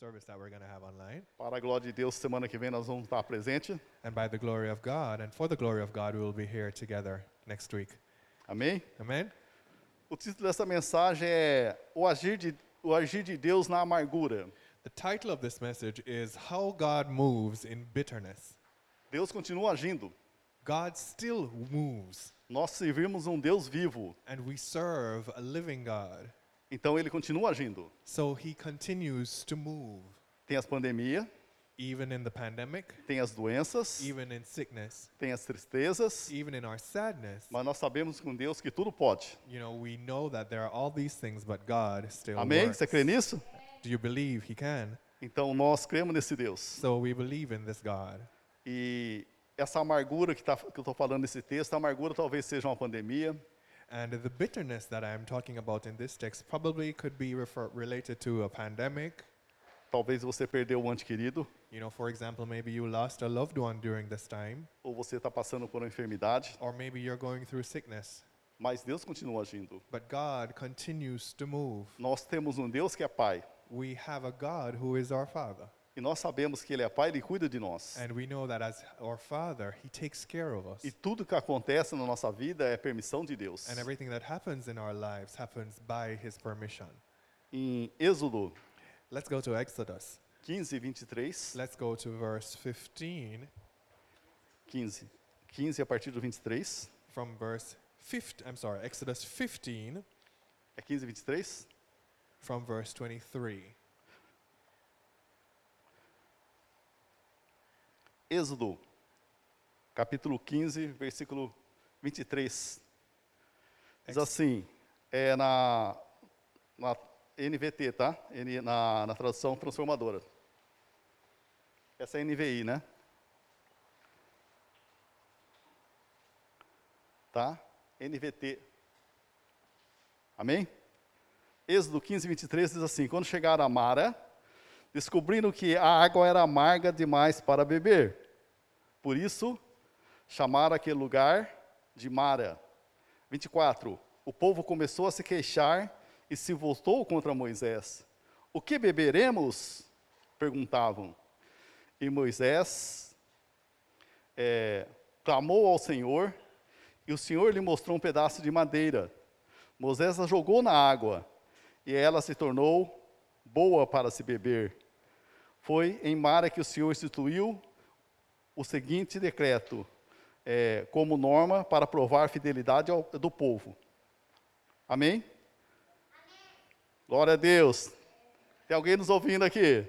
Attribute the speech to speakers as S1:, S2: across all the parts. S1: service that we're going to have online.
S2: Para a glória de Deus, semana que vem nós vamos estar presente.
S1: And by the glory of God and for the glory of God, we will be here together next week.
S2: Amém?
S1: Amen?
S2: O título dessa mensagem é O Agir de, o agir de Deus na Amargura.
S1: The title of this message is How God Moves in Bitterness.
S2: Deus continua agindo.
S1: God still moves,
S2: Nós servimos um Deus vivo,
S1: and we serve a living God.
S2: então ele continua agindo.
S1: So he continues to move,
S2: Tem as pandemias,
S1: even in the pandemic,
S2: tem as doenças,
S1: even in sickness,
S2: tem as tristezas,
S1: even in our sadness.
S2: mas nós sabemos com Deus que tudo pode.
S1: You know, we know that there are all these things, but God still
S2: Amém?
S1: works.
S2: Você crê nisso?
S1: Do you believe he can?
S2: Então nós cremos nesse Deus.
S1: So we believe in this God.
S2: E essa amargura que, tá, que eu estou falando nesse texto, a amargura talvez seja uma pandemia,
S1: And the bitterness that I'm talking about in this text probably could be refer- related to a pandemic.
S2: talvez você perdeu um ente querido,
S1: You know, for example, maybe you lost a loved one during this time,
S2: ou você está passando por uma enfermidade,
S1: or maybe you're going through sickness.
S2: mas Deus continua agindo.
S1: But God continues to move.
S2: Nós temos um Deus que é Pai,
S1: We have a God who is our Father.
S2: e nós sabemos que Ele é Pai, Ele cuida de nós.
S1: And we know that as our Father, He takes care of us.
S2: E tudo que acontece na nossa vida é permissão de Deus.
S1: And everything that happens in our lives happens by His permission.
S2: Em Êxodo
S1: Let's go to Exodus.
S2: 15, 23,
S1: Let's go to verse 15.
S2: 15, 15 a partir do 23,
S1: From verse 15, I'm sorry, Exodus 15,
S2: é 15 e 23?
S1: from verse 23.
S2: Êxodo, capítulo 15, versículo 23. Diz
S1: Ex-
S2: assim, é na, na NVT, tá? N- Na, na tradução transformadora. Essa é a NVI, né? Tá? NVT. Amém? Êxodo 15, 23 diz assim: Quando chegaram a Mara, descobrindo que a água era amarga demais para beber. Por isso, chamaram aquele lugar de Mara. 24. O povo começou a se queixar e se voltou contra Moisés. O que beberemos? perguntavam. E Moisés eh, clamou ao Senhor, e o Senhor lhe mostrou um pedaço de madeira. Moisés a jogou na água, e ela se tornou boa para se beber. Foi em Mara que o Senhor instituiu o seguinte decreto, eh, como norma para provar a fidelidade ao- do povo. Amém? Glória a Deus. Tem alguém nos ouvindo aqui?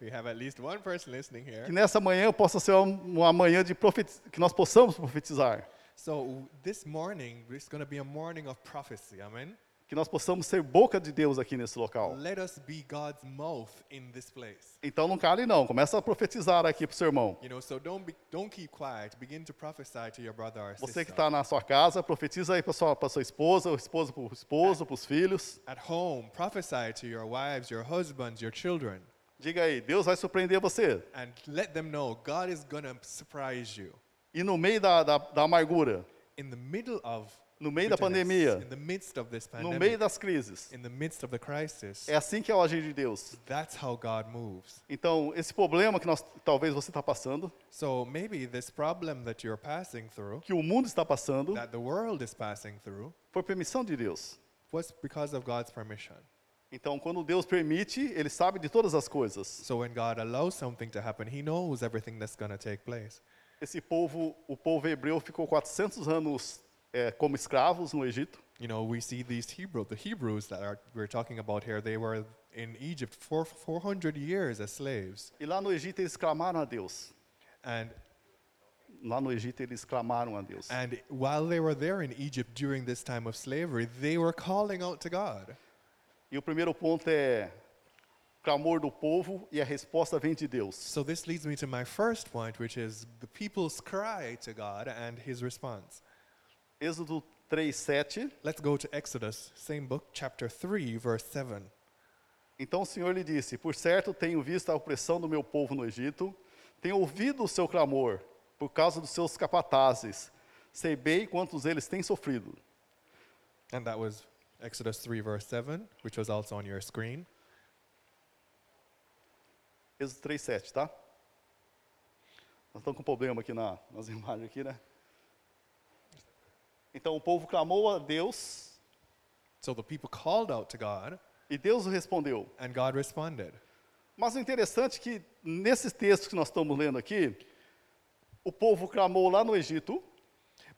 S1: We have at least one person listening here.
S2: Que nessa manhã possa ser uma uma manhã de profeti- que nós possamos profetizar,
S1: So this morning, it's going to be a morning of prophecy. Amen.
S2: que nós possamos ser boca de Deus aqui nesse local.
S1: Let us be God's mouth in this place.
S2: Então não cale não, começa a profetizar aqui para o seu irmão.
S1: You know, so don't be, don't keep quiet. Begin to prophesy to your brother or
S2: Você
S1: sister.
S2: que está na sua casa, profetiza aí para sua, pra sua esposa, ou esposa para o esposo, para os filhos.
S1: At home, prophesy to your wives, your husbands, your children,
S2: Diga aí, Deus vai surpreender você.
S1: and let them know God is gonna surprise you
S2: E no meio da, da, da amargura,
S1: in the middle of
S2: No meio da
S1: bitterness,
S2: pandemia.
S1: in the midst of this
S2: no
S1: pandemic,
S2: meio das crises.
S1: in the midst of the crisis.
S2: É assim que é o agir de Deus.
S1: That's how God moves.
S2: Então, esse problema que nós, talvez você está passando,
S1: So maybe this problem that you're passing through,
S2: que o mundo está passando,
S1: that the world is passing through,
S2: foi permissão de Deus.
S1: was because of God's permission.
S2: Então, quando Deus permite, Ele sabe de todas as coisas.
S1: So when God allows something to happen, He knows everything that's gonna take place.
S2: Esse povo, o povo hebreu, ficou 400 anos eh, como escravos no Egito.
S1: You know, we see these Hebrew, the Hebrews that are, we're talking about here, they were in Egypt for 400 years as slaves.
S2: E lá no Egito eles clamaram a Deus.
S1: And,
S2: Lá no Egito eles clamaram a Deus.
S1: and while they were there in Egypt during this time of slavery, they were calling out to God.
S2: E o primeiro ponto é clamor do povo e a resposta vem de Deus.
S1: So this leads me to my first point, which is the people's cry to God and his response.
S2: Êxodo 3:7.
S1: Let's go to Exodus, same book, chapter 3, verse 7.
S2: Então o Senhor lhe disse: Por certo, tenho visto a opressão do meu povo no Egito, tenho ouvido o seu clamor por causa dos seus capatazes. Sei bem quantos eles têm sofrido.
S1: And that was Exodus 3, verse 7, which was also on your screen.
S2: Êxodo 3,7, tá? Nós estamos com um problema aqui na, nas imagens aqui, né? Então o povo clamou a Deus
S1: So the people called out to God,
S2: e Deus o respondeu.
S1: and God responded.
S2: Mas o interessante é que nesses textos que nós estamos lendo aqui, o povo clamou lá no Egito,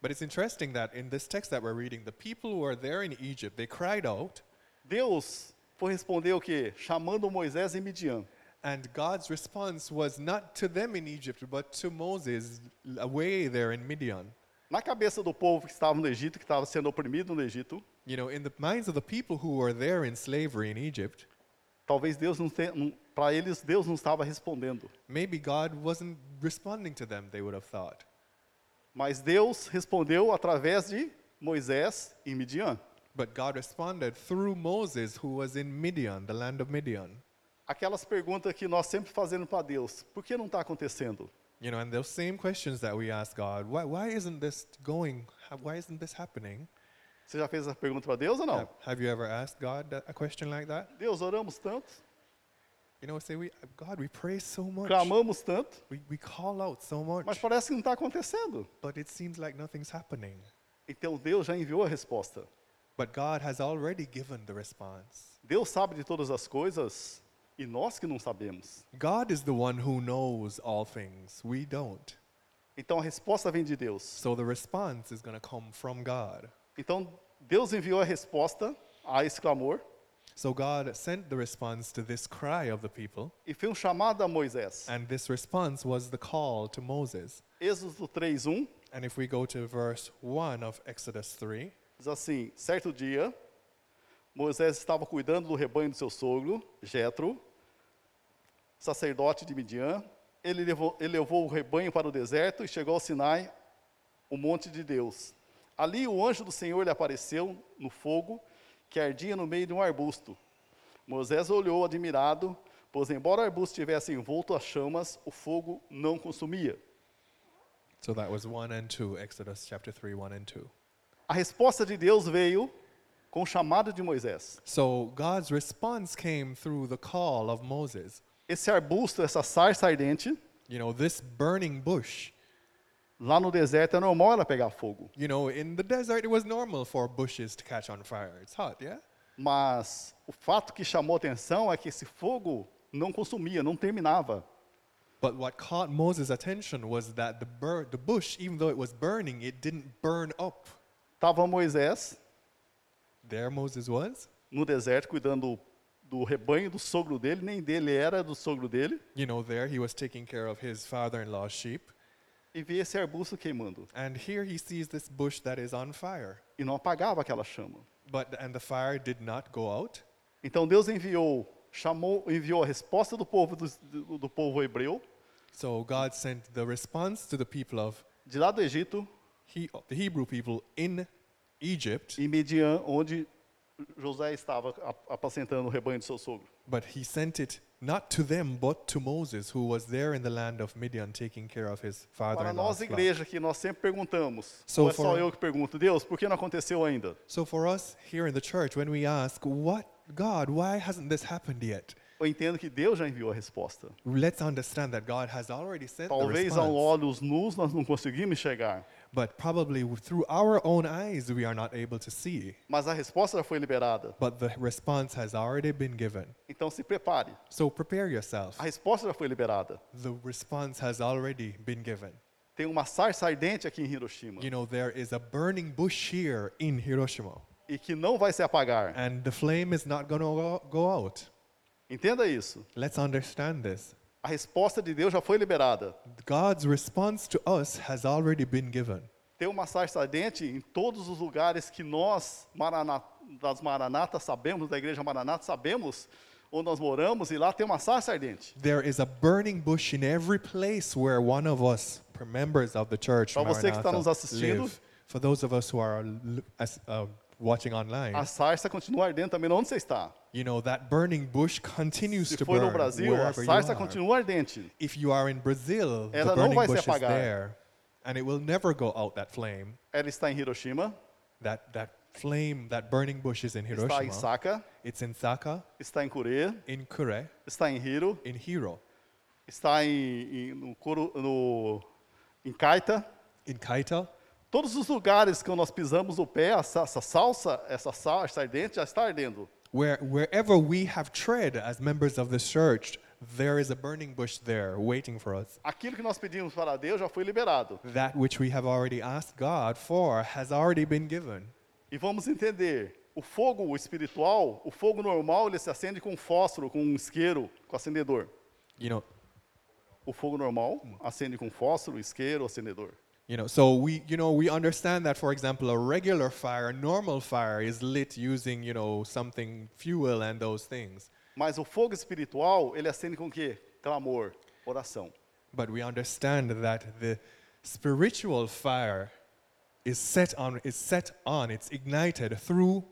S1: But it's interesting that in this text that we're reading, the people who are there in Egypt, they cried out,
S2: Deus foi responder o quê? Chamando Moisés e Midian.
S1: and God's response was not to them in Egypt, but to Moses away there in Midian.
S2: Na cabeça do povo que estava no Egito, que estava sendo oprimido no Egito,
S1: You know, in the minds of the people who were there in slavery in Egypt,
S2: talvez Deus não tenha, para eles Deus não estava respondendo,
S1: maybe God wasn't responding to them, they would have thought.
S2: mas Deus respondeu através de Moisés e Midian.
S1: But God responded through Moses, who was in Midian, the land of Midian.
S2: Aquelas perguntas que nós sempre fazemos para Deus, por que não está acontecendo?
S1: You know, and those same questions that we ask God, why, why isn't this going? Ha- Why isn't this happening?
S2: Você já fez essa pergunta para Deus ou não?
S1: Have, have you ever asked God that- a question like that?
S2: Deus, oramos tanto,
S1: You know, say we, God, we pray so much.
S2: clamamos tanto,
S1: We, we call out so
S2: mas
S1: much,
S2: parece que não está acontecendo.
S1: but it seems like nothing's happening.
S2: Então Deus já enviou a resposta.
S1: But God has already given the response.
S2: Deus sabe de todas as coisas e nós que não sabemos.
S1: God is the one who knows all things. We don't.
S2: Então a resposta vem de Deus.
S1: So the response is going to come from God.
S2: Então Deus enviou a resposta a esse clamor
S1: So God sent the response to this cry of the people,
S2: e foi um chamado a Moisés.
S1: and this response was the call to Moses.
S2: Êxodo 3:1
S1: And if we go to verse 1 of Exodus 3,
S2: diz assim: Certo dia, Moisés estava cuidando do rebanho do seu sogro, Jetro, sacerdote de Midian. Ele levou, ele levou o rebanho para o deserto e chegou ao Sinai, o monte de Deus. Ali o anjo do Senhor lhe apareceu no fogo que ardia no meio de um arbusto. Moisés olhou admirado, pois embora o arbusto estivesse envolto a chamas, o fogo não consumia.
S1: so that was 1 and 2, Exodus chapter 3, 1 and 2.
S2: A resposta de Deus veio com o chamado de Moisés.
S1: So God's response came through the call of Moses.
S2: esse arbusto, essa sarça ardente,
S1: You know, this burning bush,
S2: lá no deserto é normal ela pegar fogo.
S1: you know, in the desert it was normal for bushes to catch on fire. It's hot, yeah?
S2: Mas o fato que chamou atenção é que esse fogo não consumia, não terminava.
S1: But what caught Moses' attention was that the, bur- the bush, even though it was burning, it didn't burn up.
S2: Estava Moisés
S1: There Moses was,
S2: no deserto cuidando do rebanho do sogro dele, nem dele era do sogro dele,
S1: you know, there he was taking care of his father in law's sheep.
S2: e via esse arbusto queimando.
S1: And here he sees this bush that is on fire.
S2: E não apagava aquela chama.
S1: But, and the fire did not go out.
S2: Então Deus enviou, chamou, enviou a resposta do povo, dos- do, do povo hebreu,
S1: So God sent the response to the people of
S2: de lá do Egito,
S1: he, the Hebrew people in Egypt,
S2: em Midian, onde José estava ap- apacentando o rebanho do seu sogro.
S1: but he sent it not to them, but to Moses, who was there in the land of Midian taking care of his father
S2: Para
S1: in law.
S2: nós, igreja, que nós sempre perguntamos,
S1: So
S2: ou é só
S1: for-
S2: eu que pergunto, Deus, por que não aconteceu ainda?
S1: So for us here in the church, when we ask, What, God, why hasn't this happened yet?
S2: Eu entendo que Deus já enviou a resposta.
S1: Let's understand that God has already sent the
S2: Talvez a um
S1: response,
S2: olhos nus nós não conseguimos chegar,
S1: but probably through our own eyes we are not able to see.
S2: mas a resposta já foi liberada.
S1: But the response has already been given.
S2: Então se prepare,
S1: So prepare yourself.
S2: a resposta já foi liberada.
S1: The response has already been given.
S2: Tem uma sarça ardente aqui em Hiroshima
S1: You know, there is a burning bush here in Hiroshima,
S2: e que não vai se apagar.
S1: and the flame is not going to go out.
S2: Entenda isso.
S1: Let's understand this.
S2: A resposta de Deus já foi liberada.
S1: God's response to us has already been given.
S2: Tem uma sarça ardente em todos os lugares que nós, Marana- das Maranatas, sabemos, da igreja Maranata, sabemos onde nós moramos, e lá tem uma sarça ardente.
S1: There is a burning bush in every place where one of us, per- members of the church,
S2: Pra você que tá
S1: Maranatha,
S2: nos assistindo.
S1: live. For those of us who are l- as- uh, watching online,
S2: A sarça continua ardendo também onde você está.
S1: you know, that burning bush continues
S2: Se
S1: to
S2: for
S1: burn
S2: no Brasil, a
S1: wherever you
S2: sarça
S1: are.
S2: continua ardente.
S1: If you are in Brazil, the
S2: Ela não
S1: burning
S2: vai se
S1: bush is
S2: apagar.
S1: there, and it will never go out. That flame,
S2: Ela está em Hiroshima,
S1: that that flame, that burning bush is in
S2: está em
S1: Hiroshima.
S2: Saka,
S1: It's in Saka,
S2: está em Kure,
S1: in Kure,
S2: está em Hiro,
S1: in Hiro.
S2: está em, em- no, Coro- no- em Caeta.
S1: In Kaita,
S2: Todos os lugares que nós pisamos o pé, essa, essa salsa, essa sal, essa ardente já está ardendo.
S1: where, wherever we have tread as members of this church, there is a burning bush there waiting for us.
S2: Aquilo que nós pedimos para Deus já foi liberado.
S1: That which we have already asked God for has already been given.
S2: E vamos entender, o fogo espiritual, o fogo normal, ele se acende com fósforo, com um isqueiro, com acendedor.
S1: You know,
S2: O fogo normal acende com fósforo, isqueiro, acendedor.
S1: you know, so we, you know, we understand that, for example, a regular fire, a normal fire is lit using, you know, something, fuel and those things.
S2: Mas o fogo espiritual, ele acende com o quê? Clamor, oração.
S1: But we understand that the spiritual fire is set on, is set on, it's ignited through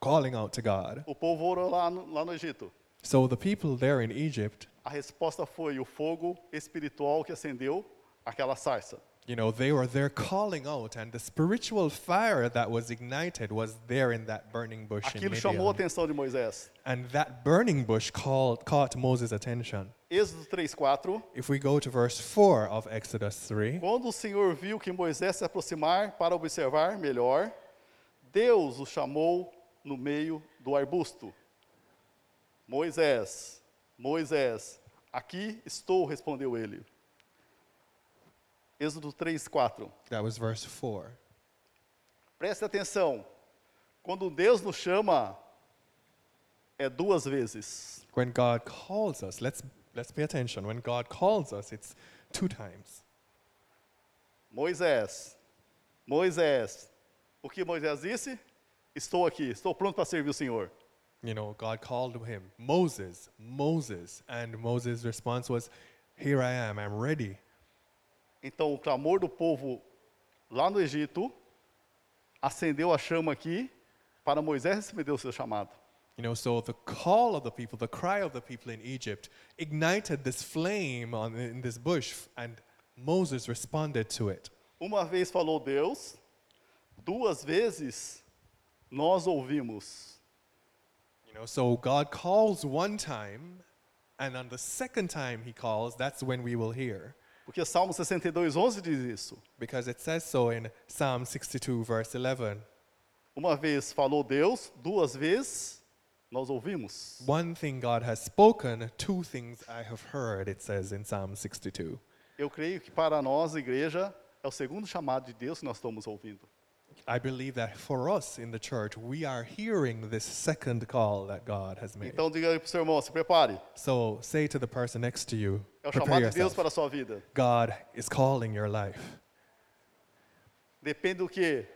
S1: calling out to God.
S2: O povo orou lá no, lá no Egito.
S1: So the people there in Egypt,
S2: A resposta foi o fogo espiritual que acendeu aquela sarça.
S1: you know, they were there calling out, and the spiritual fire that was ignited was there in that burning bush in
S2: Aquilo chamou a
S1: Midian.
S2: atenção de Moisés.
S1: And that burning bush called, caught Moses' attention.
S2: Êxodo 3:4.
S1: If we go to verse 4 of Exodus 3,
S2: Quando o Senhor viu que Moisés se aproximar para observar melhor, Deus o chamou no meio do arbusto. Moisés, Moisés, aqui estou, respondeu ele. Êxodo 3:4.
S1: that was verse 4.
S2: Preste atenção. Quando Deus nos chama, é duas vezes.
S1: When God calls us, let's, let's pay attention. When God calls us, it's two times.
S2: Moisés, Moisés. O que Moisés disse? Estou aqui, estou pronto para servir o Senhor.
S1: You know, God called him, Moses, Moses. And Moses' response was, Here I am, I'm ready.
S2: Então, o clamor do povo lá no Egito acendeu a chama aqui para Moisés receber o seu chamado.
S1: You know, so the call of the people, the cry of the people in Egypt ignited this flame on, in this bush, and Moses responded to it.
S2: Uma vez falou Deus, duas vezes nós ouvimos.
S1: You know, so God calls one time, and on the second time he calls, that's when we will hear.
S2: Porque Salmo 62, 11 diz isso.
S1: Because it says so in Psalm 62, verse 11.
S2: Uma vez falou Deus, duas vezes nós ouvimos.
S1: One thing God has spoken, two things I have heard, it says in Psalm 62.
S2: Eu creio que para nós, igreja, é o segundo chamado de Deus que nós estamos ouvindo.
S1: I believe that for us in the church, we are hearing this second call that God has made.
S2: Então diga aí para o seu irmão, se prepare.
S1: So say to the person next to you,
S2: É o
S1: prepare
S2: chamado de Deus
S1: yourself.
S2: para a sua vida.
S1: God is calling your life.
S2: Depende do que.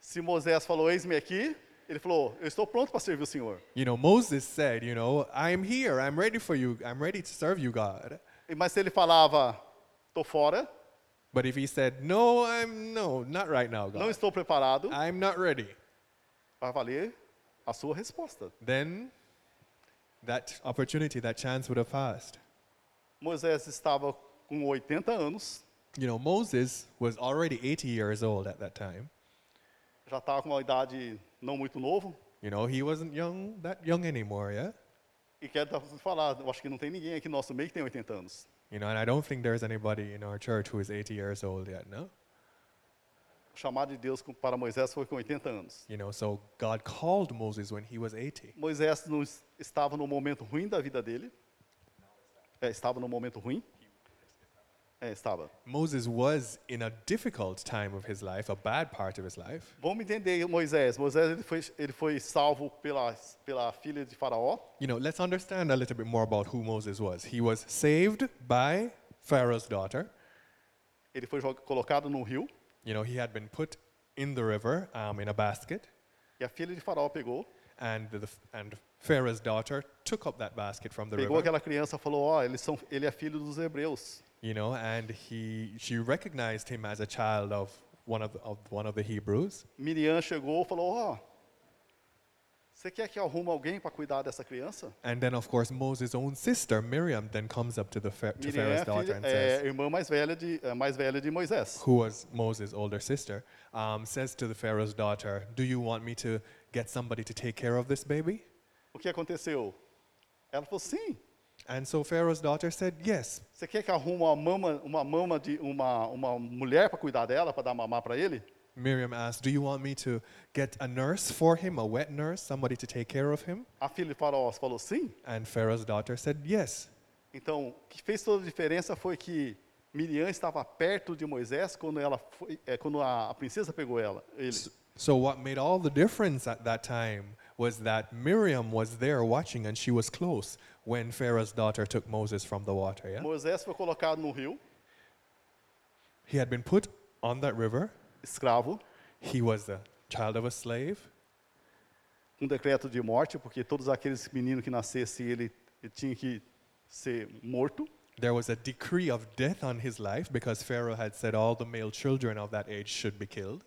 S2: Se Moisés falou, eis-me aqui, ele falou, eu estou pronto para servir o Senhor.
S1: You know, Moses said, you know, I'm here, I'm ready for you, I'm ready to serve you, God.
S2: E- Mas se ele falava, estou fora,
S1: But if he said, no, I'm no, not right now,
S2: não
S1: God.
S2: estou preparado,
S1: I'm not ready.
S2: vai valer a sua resposta.
S1: Then that opportunity, that chance would have passed.
S2: Moisés estava com 80 anos,
S1: You know, Moses was already 80 years old at that time.
S2: já estava com uma idade não muito novo,
S1: You know, he wasn't young, that young anymore, yeah?
S2: e quero dar- falar, eu acho que não tem ninguém aqui no nosso meio que tem 80 anos.
S1: You know, and I don't think there's anybody in our church who is 80 years old yet, no?
S2: O chamado de Deus com- para Moisés foi com 80 anos.
S1: You know, so God called Moses when he was 80.
S2: Moisés não es- estava no momento ruim da vida dele. É, estava no momento ruim. É, estava.
S1: Moses was in a difficult time of his life, a bad part of his life.
S2: Vamos entender Moisés. Moisés ele foi, ele foi salvo pela, pela filha de Faraó.
S1: You know, let's understand a little bit more about who Moses was. He was saved by Pharaoh's daughter.
S2: Ele foi jo- colocado num rio
S1: You know, he had been put in the river um, in a basket,
S2: e a filha de Faraó pegou,
S1: and, the, and Pharaoh's daughter took up that basket from the
S2: pegou
S1: river.
S2: aquela criança e falou: "Ó, eles são, ele é filho dos hebreus.
S1: You know, and he, she recognized him as a child of one of, the, of one of the Hebrews.
S2: Miriam chegou e falou: "Ó, você quer que eu arrume alguém para cuidar dessa criança?
S1: And then, of course, Moses' own sister Miriam then comes up to the Phar- to
S2: Miriam é,
S1: Pharaoh's
S2: a
S1: daughter
S2: filha,
S1: and
S2: é
S1: says,
S2: a irmã mais velha de é, mais velha de Moisés.
S1: who was Moses' older sister, um, says to the Pharaoh's daughter, "Do you want me to get somebody to take care of this baby?"
S2: O que aconteceu? Ela falou: "Sim,
S1: And so Pharaoh's daughter said, Yes.
S2: Você quer que arrume uma mama, uma mama de uma, uma mulher para cuidar dela, para dar mamar para ele?
S1: Miriam asked, Do you want me to get a nurse for him, a wet nurse, somebody to take care of him?
S2: A filha de Faraó falou sim.
S1: And Pharaoh's daughter said, Yes.
S2: Então, o que fez toda a diferença foi que Miriam estava perto de Moisés quando ela foi, é, quando a, a princesa pegou ela, ele.
S1: So, what made all the difference at that time was that Miriam was there watching and she was close when Pharaoh's daughter took Moses from the water. Yeah?
S2: Moisés foi colocado no rio,
S1: He had been put on that river.
S2: escravo,
S1: He was the child of a slave.
S2: um decreto de morte, porque todos aqueles meninos que nascessem, ele, ele tinha que ser morto.
S1: There was a decree of death on his life because Pharaoh had said all the male children of that age should be killed.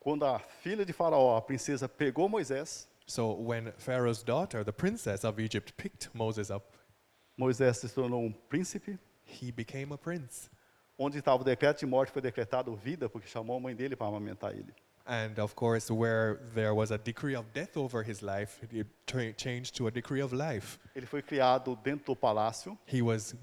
S2: Quando a filha de Faraó, a princesa, pegou Moisés,
S1: So when Pharaoh's daughter, the princess of Egypt, picked Moses up,
S2: Moisés se tornou um príncipe.
S1: he became a prince.
S2: Onde estava o decreto de morte foi decretado vida, porque chamou a mãe dele para amamentar ele.
S1: And of course, where there was a decree of death over his life, it tra- changed to a decree of life.
S2: Ele foi criado dentro do palácio.
S1: He was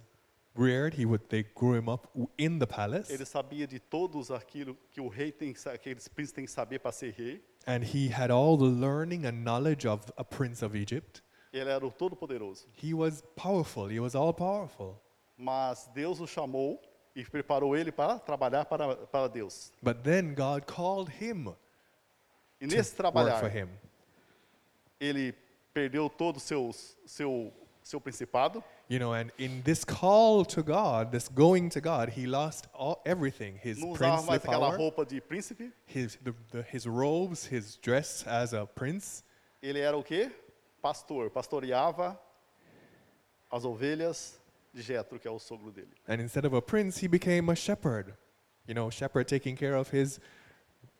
S1: reared, he would, they grew him up w- in the palace,
S2: Ele sabia de todos aquilo que o rei tem, que sa- aqueles príncipes têm que saber para ser rei.
S1: and he had all the learning and knowledge of a prince of Egypt.
S2: Ele era o Todo-Poderoso.
S1: He was powerful, he was all powerful.
S2: Mas Deus o chamou e preparou ele para trabalhar para, para Deus.
S1: But then God called him
S2: E
S1: to
S2: nesse
S1: work for
S2: trabalhar,
S1: him.
S2: ele perdeu todo o seu, seu, seu principado.
S1: You know, and in this call to God, this going to God, he lost all, everything his
S2: Não usava
S1: princely
S2: mais aquela
S1: power,
S2: roupa de príncipe.
S1: his, the, the, his robes, his dress as a prince.
S2: Ele era o quê? Pastor. Pastoreava as ovelhas de Jetro, que é o sogro dele.
S1: And instead of a prince, he became a shepherd. You know, shepherd taking care of his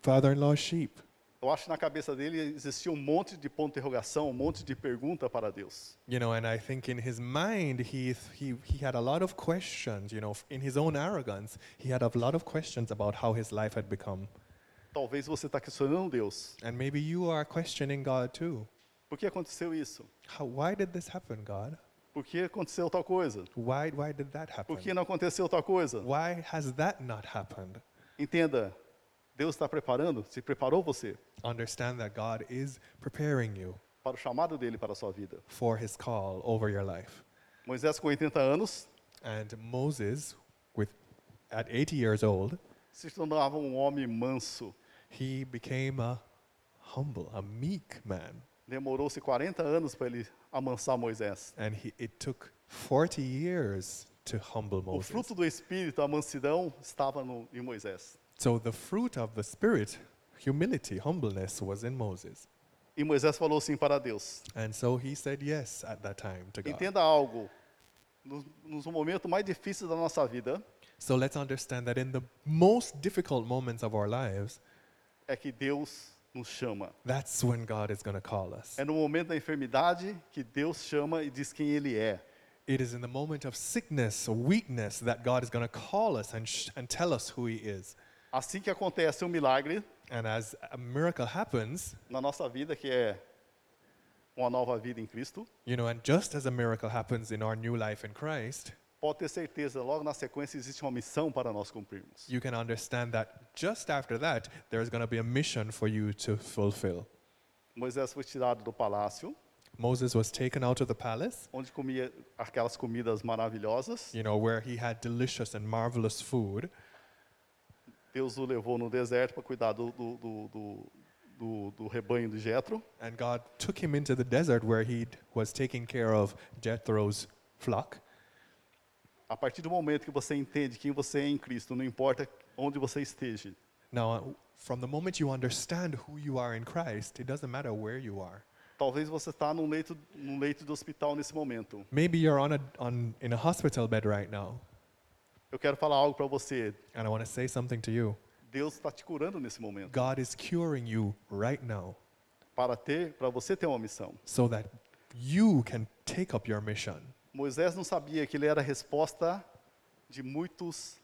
S1: father in law's sheep.
S2: Eu acho que na cabeça dele existia um monte de ponto de interrogação, um monte de pergunta para Deus.
S1: You know, and I think in his mind, he, th- he, he had a lot of questions. You know, f- in his own arrogance, he had a lot of questions about how his life had become.
S2: Talvez você está questionando Deus.
S1: And maybe you are questioning God too.
S2: Por que aconteceu isso?
S1: How, why did this happen, God?
S2: Por que aconteceu tal coisa?
S1: Why, why did that happen?
S2: Por que não aconteceu tal coisa?
S1: Why has that not happened?
S2: Entenda, Deus está preparando, se preparou você
S1: Understand that God is preparing you
S2: para o chamado dele para a sua vida.
S1: for his call over your life.
S2: Moisés com 80 anos
S1: And Moses, with, at 80 years old,
S2: se tornava um homem manso.
S1: he became a humble, a meek man.
S2: Demorou-se 40 anos para ele amansar Moisés.
S1: And he, it took 40 years to humble
S2: O
S1: Moses.
S2: fruto do espírito, a mansidão, estava no, em Moisés.
S1: So the fruit of the Spirit, humility, humbleness, was in Moses.
S2: E Moisés falou assim para Deus:
S1: And so he said yes at that time to God.
S2: Entenda algo. Nos, nos momentos mais difíceis da nossa vida,
S1: So let's understand that in the most difficult moments of our lives,
S2: é que Deus nos chama.
S1: That's when God is going to call us.
S2: É no momento da enfermidade que Deus chama e diz quem Ele é.
S1: It is in the moment of sickness or weakness that God is going to call us and, sh- and tell us who He is.
S2: Assim que acontece um milagre
S1: And as a miracle happens,
S2: na nossa vida, que é uma nova vida em Cristo,
S1: you know, and just as a miracle happens in our new life in Christ,
S2: pode ter certeza, logo na sequência existe uma missão para nós cumprirmos.
S1: you can understand that just after that, there's going to be a mission for you to fulfill.
S2: Moisés foi tirado do palácio,
S1: Moses was taken out of the palace,
S2: onde comia aquelas comidas maravilhosas.
S1: you know, where he had delicious and marvelous food.
S2: Deus o levou no deserto para cuidar do, do, do, do, do- do rebanho de Jetro.
S1: And God took him into the desert where he was taking care of Jethro's flock.
S2: A partir do momento que você entende quem você é em Cristo, não importa onde você esteja,
S1: Now, uh, from the moment you understand who you are in Christ, it doesn't matter where you are.
S2: talvez você está num leito, num leito do hospital nesse momento.
S1: Maybe you're on a, on, in a hospital bed right now,
S2: Eu quero falar algo para você.
S1: and I want to say something to you.
S2: Deus está te curando nesse momento
S1: God is curing you right now
S2: para ter, para você ter uma missão.
S1: so that you can take up your mission.
S2: Moisés não sabia que ele era a resposta de muitos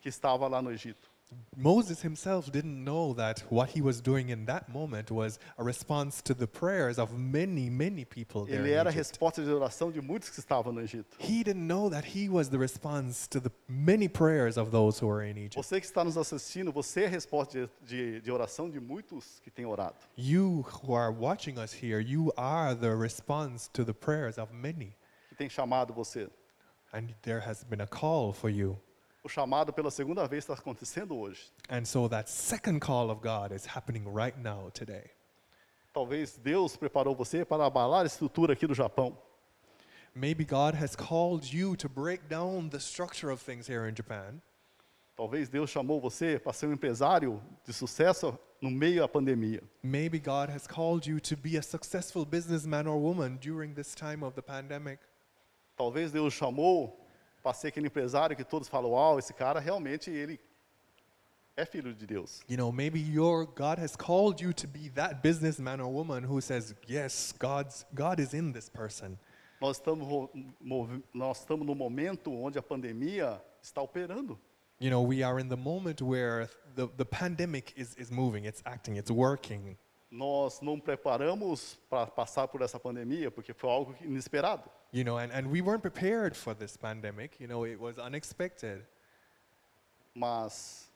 S2: que estavam lá no Egito.
S1: Moses himself didn't know that what he was doing in that moment was a response to the prayers of many, many people there.
S2: Ele
S1: in
S2: era a
S1: Egypt.
S2: resposta de oração de muitos que estavam no Egito.
S1: He didn't know that he was the response to the many prayers of those who were in Egypt.
S2: Você que está nos assistindo, você é a resposta de, de, de oração de muitos que têm orado.
S1: You who are watching us here, you are the response to the prayers of many.
S2: que tem chamado você.
S1: And there has been a call for you.
S2: O chamado pela segunda vez está acontecendo hoje.
S1: And so that second call of God is happening right now today.
S2: Talvez Deus preparou você para abalar a estrutura aqui do Japão.
S1: Maybe God has called you to break down the structure of things here in Japan.
S2: Talvez Deus chamou você para ser um empresário de sucesso no meio da pandemia.
S1: Maybe God has called you to be a successful businessman or woman during this time of the pandemic.
S2: Talvez Deus chamou para ser aquele empresário que todos falam: "Uau, esse cara realmente ele é filho de Deus".
S1: You know, maybe your God has called you to be that businessman or woman who says, "Yes, God's God is in this person."
S2: Nós estamos ro- movi- nós estamos no momento onde a pandemia está operando.
S1: You know, we are in the moment where the, the pandemic is, is moving, it's acting, it's working.
S2: Nós não preparamos para passar por essa pandemia porque foi algo inesperado.
S1: You know, and, and we weren't prepared for this pandemic. You know, it was unexpected.
S2: mas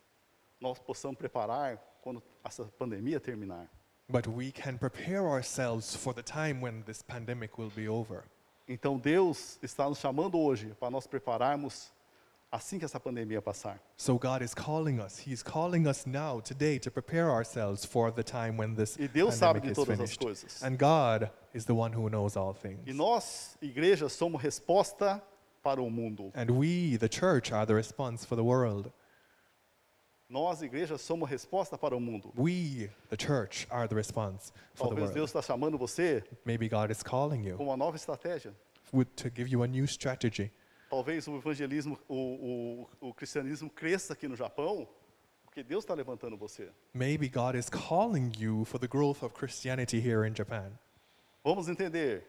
S2: nós possamos preparar quando essa pandemia terminar.
S1: But we can prepare ourselves for the time when this pandemic will be over.
S2: Então Deus está nos chamando hoje para nós prepararmos assim que essa pandemia passar.
S1: So God is calling us. He's calling us now, today, to prepare ourselves for the time when this
S2: E Deus sabe
S1: pandemic
S2: de
S1: is
S2: todas as
S1: finished.
S2: coisas.
S1: And God is the one who knows all things.
S2: E nós, igreja, somos resposta para o mundo.
S1: And we, the church, are the response for the world.
S2: Nós, igreja, somos resposta para o mundo.
S1: We, the church, are the response for the
S2: Talvez
S1: world.
S2: Deus está chamando você
S1: Maybe God is calling
S2: com
S1: you
S2: uma nova estratégia.
S1: with, to give you a new strategy.
S2: Talvez o evangelismo, o, o, o cristianismo cresça aqui no Japão, porque Deus está levantando você.
S1: Maybe God is calling you for the growth of Christianity here in Japan.
S2: Vamos entender.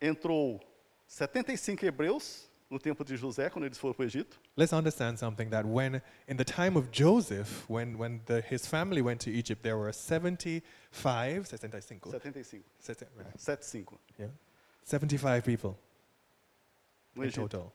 S2: Entrou 75 hebreus no tempo de José, quando eles foram para o Egito.
S1: Let's understand something that when, in the time of Joseph, when, when the, his family went to Egypt, there were 75, 75,
S2: 75.
S1: sete- right,
S2: 75.
S1: yeah, 75 people
S2: No
S1: in
S2: Egito.
S1: total.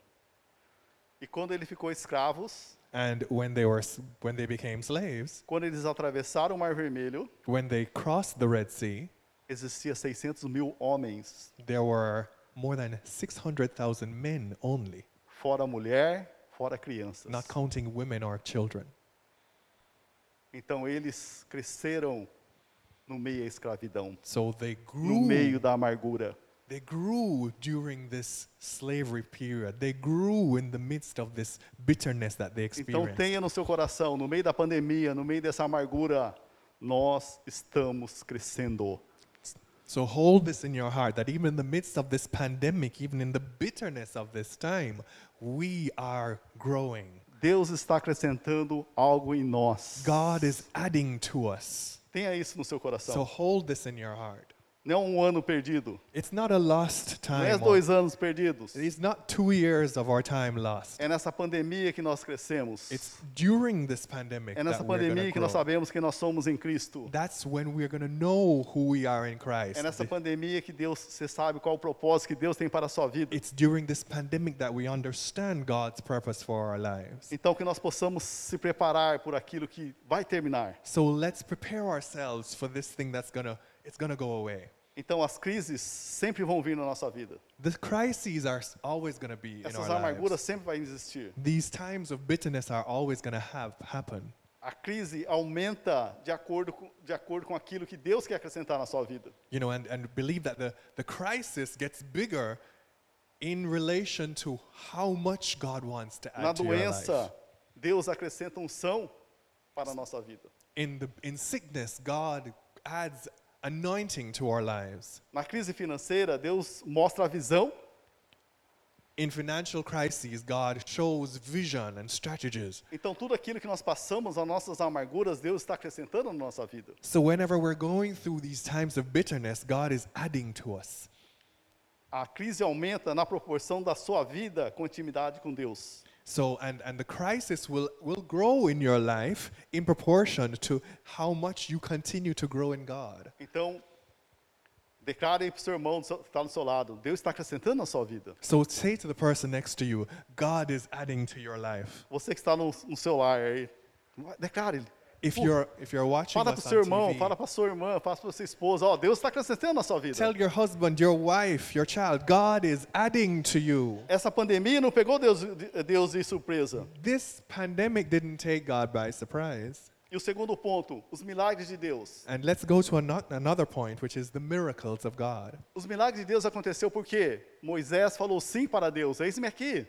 S2: E quando ele ficou escravos,
S1: And when they, were, s- when they became slaves,
S2: quando eles atravessaram o Mar Vermelho,
S1: when they crossed the Red Sea,
S2: existia 600 mil homens,
S1: there were more than 600,000 men only,
S2: fora mulher, fora crianças.
S1: not counting women or children.
S2: Então eles cresceram no meio da escravidão,
S1: So they
S2: no
S1: grew,
S2: meio da amargura.
S1: they grew during this slavery period. They grew in the midst of this bitterness that they
S2: Então
S1: experienced.
S2: tenha no seu coração, no meio da pandemia, no meio dessa amargura, nós estamos crescendo.
S1: So hold this in your heart that even in the midst of this pandemic, even in the bitterness of this time, we are growing.
S2: Deus está acrescentando algo em nós.
S1: God is adding to us.
S2: Tenha isso no seu coração.
S1: So hold this in your heart.
S2: não é um ano perdido,
S1: It's not a lost
S2: não é
S1: time. or-
S2: dois anos perdidos.
S1: It's not two years of our time lost.
S2: É nessa pandemia que nós crescemos.
S1: It's during this pandemic
S2: é nessa
S1: that we're
S2: pandemia
S1: gonna
S2: que nós
S1: grow.
S2: sabemos quem nós somos em Cristo.
S1: That's when we're going to know who we are in Christ.
S2: É nessa pandemia que Deus, você sabe qual o propósito que Deus tem para a sua vida.
S1: It's during this pandemic that we understand God's purpose for our lives.
S2: Então que nós possamos se preparar por aquilo que vai terminar.
S1: So let's prepare ourselves for this thing that's going to it's going to go away.
S2: Então as crises sempre vão vir na nossa vida.
S1: The crises are s- always going to be in
S2: Essas
S1: our lives.
S2: amarguras sempre vão existir.
S1: These times of bitterness are always going to have happen.
S2: A crise aumenta de acordo, com, de acordo com aquilo que Deus quer acrescentar na sua vida.
S1: You know, and, and believe that the, the crisis gets bigger in relation to how much God wants to add
S2: na
S1: to your life.
S2: doença, Deus acrescenta unção para a nossa vida.
S1: In, the, in sickness, God adds anointing to our lives.
S2: Na crise financeira, Deus mostra a visão.
S1: In financial crises, God shows vision and strategies.
S2: Então, tudo aquilo que nós passamos, as nossas amarguras, Deus está acrescentando na nossa vida.
S1: So, whenever we're going through these times of bitterness, God is adding to us.
S2: A crise aumenta na proporção da sua vida com intimidade com Deus.
S1: So, and, and the crisis will, will grow in your life in proportion to how much you continue to grow in God.
S2: Então, declare para o seu irmão que está do seu lado: Deus está acrescentando na sua vida.
S1: So, say to the person next to you, God is adding to your life.
S2: Você que está no, no seu lar aí, vai- declare.
S1: If you're, if you're watching
S2: Fala para o
S1: us on
S2: seu irmão,
S1: TV,
S2: fala para sua irmã, fala para sua esposa: Ó, Deus está acrescentando na sua vida.
S1: tell your husband, your wife, your child, God is adding to you.
S2: Essa pandemia não pegou Deus, Deus de surpresa.
S1: This pandemic didn't take God by surprise.
S2: E o segundo ponto, os milagres de Deus.
S1: And let's go to ano- another point, which is the miracles of God.
S2: Os milagres de Deus aconteceu porque Moisés falou sim para Deus. Eis-me aqui.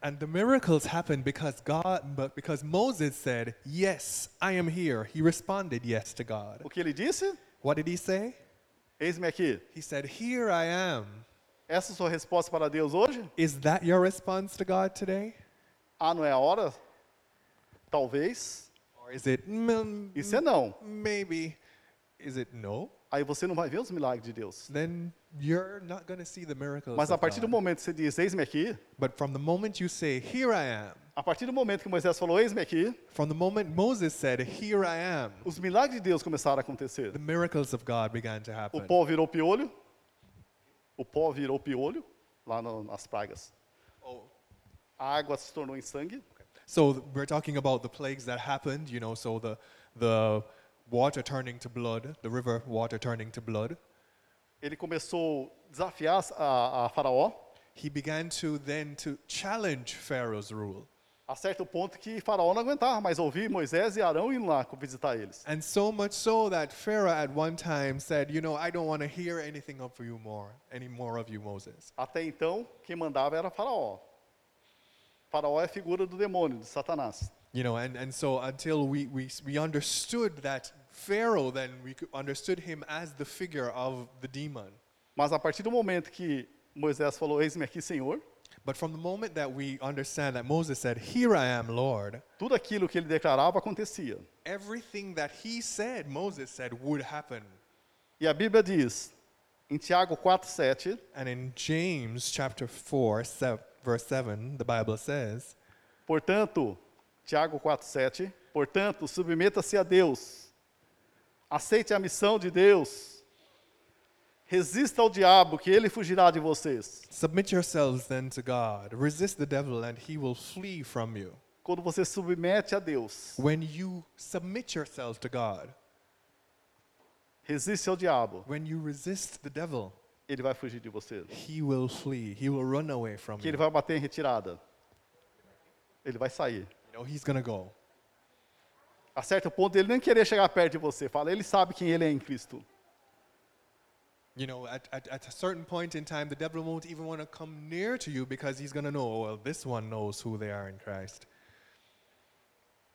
S1: And the miracles happened because God, but because Moses said, "Yes, I am here." He responded yes to God.
S2: O que ele disse?
S1: What did he say?
S2: Eis-me aqui.
S1: He said, "Here I am."
S2: Essa é a sua resposta para Deus hoje?
S1: Is that your response to God today,
S2: Ah, não é a hora? Talvez.
S1: or is it mm,
S2: Isso é não.
S1: maybe? Is it no?
S2: Aí você não vai ver os milagres de Deus.
S1: Then you're not going to see the miracles.
S2: Mas a
S1: of
S2: partir do
S1: God.
S2: momento que você diz, eis-me aqui,
S1: But from the moment you say, "Here I am,"
S2: a partir do momento que Moisés falou, eis-me aqui,
S1: from the moment Moses said, "Here I am,"
S2: os milagres de Deus começaram a acontecer.
S1: the miracles of God began to
S2: O
S1: happen.
S2: pó virou piolho. O pó virou piolho, lá no- nas pragas.
S1: Oh,
S2: A água se tornou em sangue.
S1: So th- we're talking about the plagues that happened, you know, so the the water turning to blood, the river water turning to blood.
S2: Ele começou a desafiar a, a Faraó,
S1: He began to then to challenge Pharaoh's rule.
S2: a certo ponto que Faraó não aguentava mais ouvir Moisés e Arão indo lá visitar eles.
S1: And so much so that Pharaoh at one time said, you know, I don't want to hear anything of you more, any more of you, Moses.
S2: Até então, quem mandava era Faraó. Faraó é a figura do demônio, de Satanás.
S1: You know, and, and so until we, we, s- we understood that Pharaoh, then we c- understood him as the figure of the demon.
S2: Mas a partir do momento que Moisés falou: Eis-me aqui, Senhor,
S1: But from the moment that we understand that Moses said, Here I am, Lord,
S2: tudo aquilo que ele declarava acontecia.
S1: everything that he said, Moses said, would happen.
S2: E a Bíblia diz, em Tiago 4,7,
S1: And in James chapter 4, sev- verse 7, the Bible says,
S2: Portanto, Tiago 4,7, portanto, submeta-se a Deus, aceite a missão de Deus, resista ao diabo, que ele fugirá de vocês.
S1: Submit yourselves then to God, resist the devil, and he will flee from you.
S2: Quando você submete a Deus,
S1: When you submit yourself to God,
S2: resiste ao diabo,
S1: when you resist the devil,
S2: ele vai fugir de você.
S1: he will flee, he will run away from
S2: Que
S1: you.
S2: ele vai bater em retirada. Ele vai sair.
S1: You know, he's going to go.
S2: A certo ponto, ele nem querer chegar perto de você. Fala, ele sabe quem ele é em Cristo.
S1: You know, at, at, at a certain point in time, the devil won't even want to come near to you because he's going to know, oh, well, this one knows who they are in Christ.